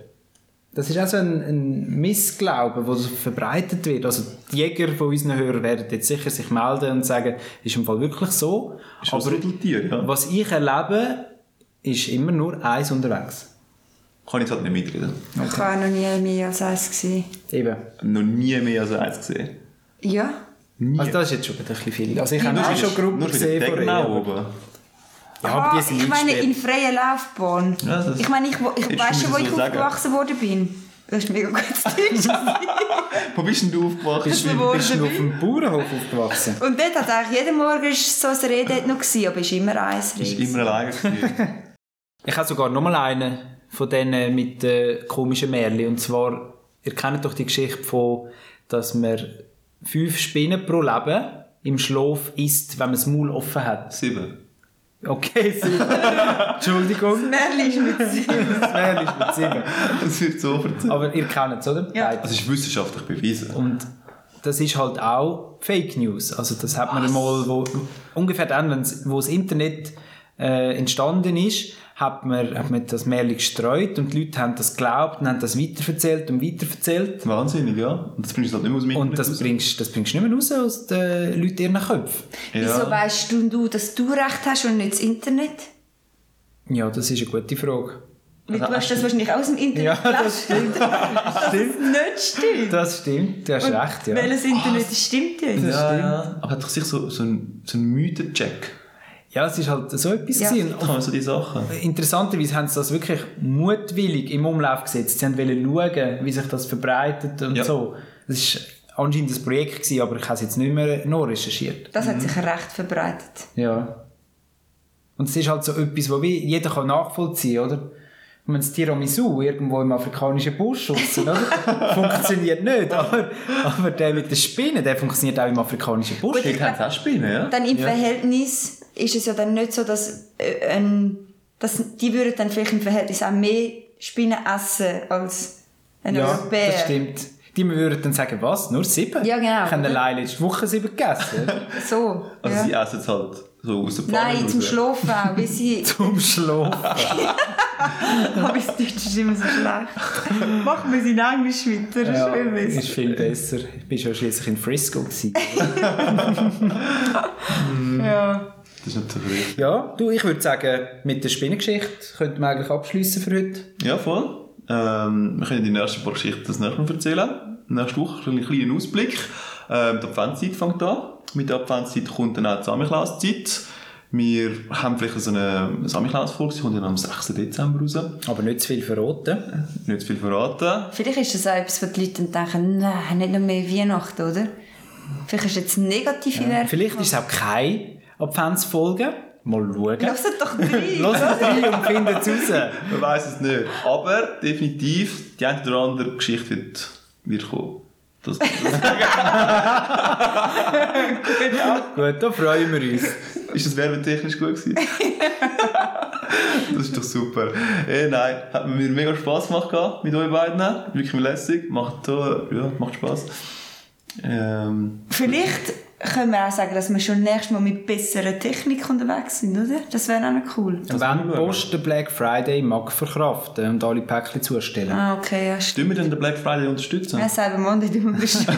Speaker 3: Das ist auch so ein, ein Missglaube, der so verbreitet wird. Also die Jäger von unseren Hörern werden jetzt sicher sich melden und sagen, ist im Fall wirklich so.
Speaker 4: Ist was Rudeltier, ja.
Speaker 3: Was ich erlebe, ist immer nur eins unterwegs.
Speaker 4: Kann ich jetzt halt nicht mitreden.
Speaker 5: Ich war auch noch nie mehr als eins. Gewesen.
Speaker 3: Eben.
Speaker 4: Noch nie mehr als eins gesehen.
Speaker 5: Ja.
Speaker 4: Nie.
Speaker 3: Also das ist jetzt schon wieder ein bisschen viel. Also ich habe
Speaker 5: Nur
Speaker 3: auch
Speaker 5: bei
Speaker 3: schon Gruppen
Speaker 4: Nur bei den
Speaker 3: gesehen von Rehen,
Speaker 4: Degnau
Speaker 3: aber-
Speaker 4: oben.
Speaker 3: Ja, aber die sind
Speaker 5: ich meine, in
Speaker 3: eingesperrt.
Speaker 5: freier Laufbahn.
Speaker 4: Ja, das-
Speaker 5: ich meine, ich, wo- ich
Speaker 4: Ist
Speaker 5: weiß schon, wo
Speaker 4: schon
Speaker 5: ich
Speaker 4: so sagen.
Speaker 5: aufgewachsen worden bin. Das ist mega gutes Deutsch.
Speaker 4: Wo bist denn du aufgewacht?
Speaker 3: Bist
Speaker 5: in
Speaker 3: du
Speaker 5: Freiburg
Speaker 3: bist du auf
Speaker 5: dabei.
Speaker 3: dem Bauernhof aufgewachsen?
Speaker 5: Und dort hat eigentlich jeden Morgen ist so ein Reh dort noch gewesen, aber es war immer eins Reh.
Speaker 4: Bist immer alleine gewesen.
Speaker 3: Ich habe sogar nochmal einen von denen mit äh, komischen Märchen. Und zwar, ihr kennt doch die Geschichte von, dass man fünf Spinnen pro Leben im Schlaf isst, wenn man das Maul offen hat.
Speaker 4: Sieben.
Speaker 3: Okay, super. Entschuldigung.
Speaker 5: Merli ist mit sieben.
Speaker 3: Das Märchen ist mit sieben.
Speaker 4: Das wird so verzeiht.
Speaker 3: Aber ihr kennt es, oder?
Speaker 5: Ja.
Speaker 4: Das ist wissenschaftlich bewiesen.
Speaker 3: Und das ist halt auch Fake News. Also das hat man mal, wo, ungefähr dann, wenn's, wo das Internet äh, entstanden ist, hat man, hat man das Märchen gestreut und die Leute haben das geglaubt und haben das weiterverzählt und weiterverzählt.
Speaker 4: Wahnsinnig, ja. Und das bringst du halt nicht mehr aus dem
Speaker 3: Und
Speaker 4: Internet
Speaker 3: das
Speaker 4: raus.
Speaker 3: bringst, das bringst du nicht mehr raus aus den Leuten ihren Köpfen.
Speaker 5: Wieso
Speaker 4: ja.
Speaker 5: weißt du, du, dass du recht hast und nicht das Internet?
Speaker 3: Ja, das ist eine gute Frage.
Speaker 5: Weil du hast das wahrscheinlich auch aus dem Internet
Speaker 3: Also, Ja, das
Speaker 5: gelesen, dass es nicht stimmt.
Speaker 3: Das stimmt, du hast recht, ja.
Speaker 5: Welches Internet stimmt jetzt?
Speaker 3: Das
Speaker 4: ja,
Speaker 3: stimmt.
Speaker 4: ja. Aber hat doch sicher so, so ein, so ein Mythencheck.
Speaker 3: Ja, es ist halt so etwas
Speaker 5: Ja.
Speaker 3: gewesen.
Speaker 4: Da kann man so die Sachen.
Speaker 3: Interessanterweise haben sie das wirklich mutwillig im Umlauf gesetzt. Sie haben wollen schauen, wie sich das verbreitet und
Speaker 4: Ja.
Speaker 3: so. Es war anscheinend ein Projekt, gewesen, aber ich habe es jetzt nicht mehr noch recherchiert.
Speaker 5: Das hat sich recht verbreitet.
Speaker 3: Ja. Und es ist halt so etwas, wo wie jeder kann nachvollziehen oder? Ich meine, das Tiramisu irgendwo im afrikanischen Busch draussen, oder? funktioniert nicht, aber, aber der mit den Spinnen, der funktioniert auch im afrikanischen Busch.
Speaker 4: Dort haben sie auch Spinnen, ja?
Speaker 5: Dann im Verhältnis ist es ja dann nicht so, dass, äh, ein, dass die würden dann vielleicht im Verhältnis auch mehr Spinnen essen als ein
Speaker 3: Ja,
Speaker 5: Europäer.
Speaker 3: das stimmt. Die würden dann sagen, was? Nur sieben?
Speaker 5: Ja, genau,
Speaker 3: Ich habe
Speaker 5: oder?
Speaker 3: allein letzte Woche sieben gegessen.
Speaker 5: So.
Speaker 4: Also
Speaker 5: ja.
Speaker 4: sie essen es halt so aus der Pfanne
Speaker 5: Nein,
Speaker 4: raus.
Speaker 5: zum Schlafen auch, weil sie...
Speaker 3: Zum Schlafen.
Speaker 5: Aber das Deutsch ist immer so schlecht. Machen wir es in Englisch weiter,
Speaker 3: Ja,
Speaker 5: ist viel besser.
Speaker 3: ist viel besser. Ich war ja schließlich in Frisco. Gewesen.
Speaker 5: Ja.
Speaker 4: Das ist nicht so früh.
Speaker 3: ja, du, ich würde sagen, mit der Spinnengeschichte könnten wir eigentlich abschließen für heute.
Speaker 4: Ja, voll. Ähm, wir können die nächsten paar Geschichten das nächste Mal erzählen. Nächste Woche ein kleiner Ausblick. Ähm, die Adventszeit fängt an. Mit der Adventszeit kommt dann auch die Samichlaus-Zeit. Wir haben vielleicht so eine, ein kleines Volk, die kommt ja am 6. Dezember raus.
Speaker 3: Aber nicht zu viel verraten.
Speaker 4: Nicht zu viel verraten.
Speaker 5: Vielleicht ist das auch etwas, wo die Leute dann denken, nein, nicht noch mehr Weihnachten, oder? Vielleicht ist jetzt eine negative Äh, ja, Werbung.
Speaker 3: Vielleicht ist es auch keine Adventsfolge. Mal schauen.
Speaker 5: Lass es doch drei.
Speaker 3: Los rein und findet es raus.
Speaker 4: Man weiß es nicht. Aber definitiv, die eine oder andere Geschichte wird, wird kommen. Das,
Speaker 3: Gut, da freuen wir uns.
Speaker 4: ist das werbetechnisch gut gewesen? das ist doch super. Eh, nein, hat mir mega Spass gemacht gehabt mit euch beiden. Wirklich lässig. Macht, äh, ja, macht Spass. Ähm,
Speaker 5: Vielleicht können wir auch sagen, dass wir schon nächstes Mal mit besserer Technik unterwegs sind, oder? Das wäre auch noch cool.
Speaker 3: Und wenn Post den Black Friday mag verkraften und alle Päckchen zustellen.
Speaker 5: Ah, okay, ja, stimmt.
Speaker 4: tun wir denn den Black Friday unterstützen?
Speaker 5: Ja, selber Monday tun wir bestimmt.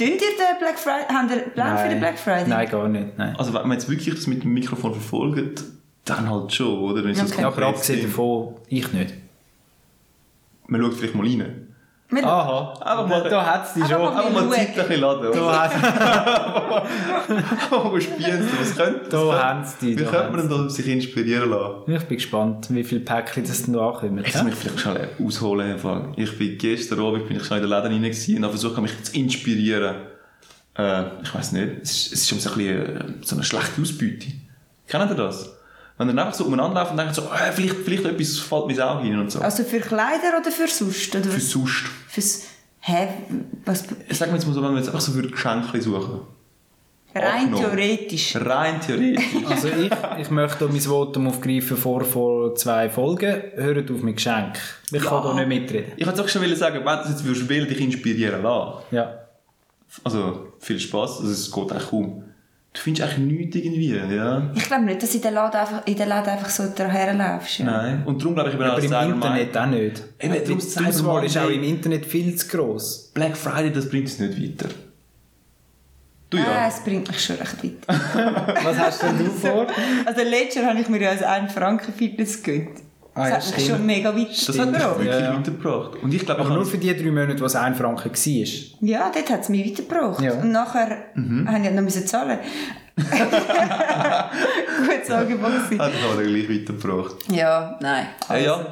Speaker 5: Dünnt ihr den Black Friday? Habt ihr einen Plan für den Black Friday?
Speaker 3: Nein, gar nicht. Nein.
Speaker 4: Also, wenn man jetzt wirklich das mit dem Mikrofon verfolgt, dann halt schon, oder? Dann ist das
Speaker 5: Okay.
Speaker 3: Ja,
Speaker 4: konkret.
Speaker 3: aber abgesehen davon, ich nicht.
Speaker 4: Man schaut vielleicht mal rein.
Speaker 5: Wir-
Speaker 3: Aha, aber
Speaker 4: mal-
Speaker 3: da hat es dich schon.
Speaker 5: Aber
Speaker 4: Einfach mal
Speaker 5: schauen.
Speaker 4: Zeit ein bisschen laden.
Speaker 3: Oh, Da
Speaker 4: oder?
Speaker 3: hat
Speaker 4: Einfach mal spielen, was könnte
Speaker 3: Da
Speaker 4: was
Speaker 3: haben sie die,
Speaker 4: Wie
Speaker 3: da
Speaker 4: könnte
Speaker 3: haben
Speaker 4: man denn da sich inspirieren lassen?
Speaker 3: Ich bin gespannt, wie viele Päckchen das noch ankommen.
Speaker 4: Ich muss mich vielleicht schnell ausholen. im Fall. Ich bin gestern Abend bin ich schnell in den Läden rein gewesen und habe versucht, mich zu inspirieren. Äh, ich weiß nicht, es ist, es ist schon so, ein bisschen, äh, so eine schlechte Ausbeute. Kennt ihr das? Wenn ihr einfach so umeinander lauft und denkt so, äh, vielleicht, vielleicht etwas fällt mir ins Auge rein und so.
Speaker 5: Also für Kleider oder für sonst? Oder
Speaker 4: Für sonst.
Speaker 5: Fürs... Hä? Was?
Speaker 4: Ich sag mir jetzt mal so, wenn wir jetzt einfach so für Geschenke suchen.
Speaker 5: Rein
Speaker 4: Abgenommen.
Speaker 5: theoretisch.
Speaker 4: Rein theoretisch.
Speaker 3: Also ich, ich möchte mein Votum aufgreifen vor, vor zwei Folgen. Hört auf mit Geschenk. Ich kann da nicht mitreden.
Speaker 4: ich wollte auch schon wollen sagen, wenn du das jetzt würdest, will dich inspirieren lassen.
Speaker 3: Ja.
Speaker 4: Also, viel Spaß, also, es geht eigentlich kaum. Du findest eigentlich nichts irgendwie, ja.
Speaker 5: Ich glaube nicht, dass du in den Laden einfach, in den Laden einfach so daherläufst. Ja.
Speaker 4: Nein. Und darum glaube ich, eben auch
Speaker 3: Aber im
Speaker 4: Cyber
Speaker 3: Internet auch nicht. Äh,
Speaker 4: Eben,
Speaker 3: Die
Speaker 4: darum
Speaker 3: die Auswahl
Speaker 4: Cyber
Speaker 3: ist auch
Speaker 4: Monday.
Speaker 3: im Internet viel zu gross.
Speaker 4: Black Friday, das bringt es nicht weiter. Du
Speaker 5: Ah,
Speaker 4: ja.
Speaker 5: es bringt mich schon recht weit.
Speaker 3: Was hast denn du vor?
Speaker 5: Also letztes Jahr habe ich mir ja ein 1-Franken-Fitness gegönnt.
Speaker 3: Ah,
Speaker 5: Das
Speaker 3: ja,
Speaker 5: hat mich
Speaker 3: stimmt.
Speaker 5: schon mega weit
Speaker 4: Das hat mich
Speaker 5: gebracht.
Speaker 4: wirklich
Speaker 3: Ja, ja. also-
Speaker 4: weitergebracht. Und ich glaube, ich
Speaker 3: Aber nur
Speaker 4: habe
Speaker 3: für die drei Monate, wo es ein Franken war.
Speaker 5: Ja, dort hat es mich weitergebracht.
Speaker 3: Ja.
Speaker 5: Und nachher mhm. habe ich noch müssen zahlen. Gutes Angebot gewesen.
Speaker 4: hat mich aber gleich weitergebracht.
Speaker 5: Ja, nein.
Speaker 3: Also.
Speaker 4: Äh, ja.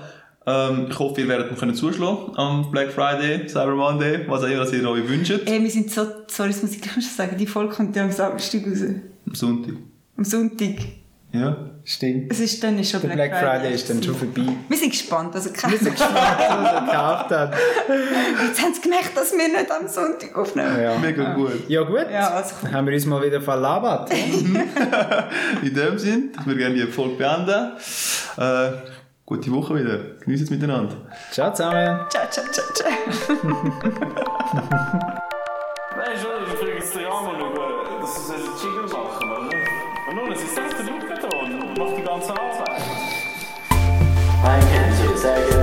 Speaker 4: Ähm, ich hoffe, ihr werdet mir können zuschlagen am Black Friday, Cyber Monday, was auch immer was ihr euch wünscht.
Speaker 5: Ey, wir sind so... Sorry, das muss ich gleich schon sagen. Die Folge kommt ja am Samstag raus.
Speaker 4: Am Sonntag.
Speaker 5: Am Sonntag.
Speaker 4: Ja.
Speaker 3: Stimmt.
Speaker 5: Es ist dann ist schon
Speaker 3: Der
Speaker 5: Black,
Speaker 3: Black Friday ist dann schon vorbei.
Speaker 5: Wir sind gespannt, also
Speaker 3: Wir
Speaker 5: keine
Speaker 3: sind gespannt, was er gekauft hat.
Speaker 5: Jetzt haben sie gemerkt, dass wir nicht am Sonntag aufnehmen.
Speaker 3: Ja,
Speaker 4: Mega gut.
Speaker 3: ja gut.
Speaker 5: Ja, also-
Speaker 3: Dann haben wir uns mal wieder verlabert.
Speaker 4: In dem Sinn, ich würde gerne die Folge beenden. Äh, gute Woche wieder. Genießt es miteinander.
Speaker 3: Ciao zusammen.
Speaker 5: Ciao, ciao, ciao, ciao.
Speaker 1: Nein, schon, das ist übrigens der Jammer, schau, äh, das ist ein Jingle machen, oder? Und nun, es ist selbst der Luftbeton und macht die ganze Arbeit.
Speaker 2: I can't say it's that good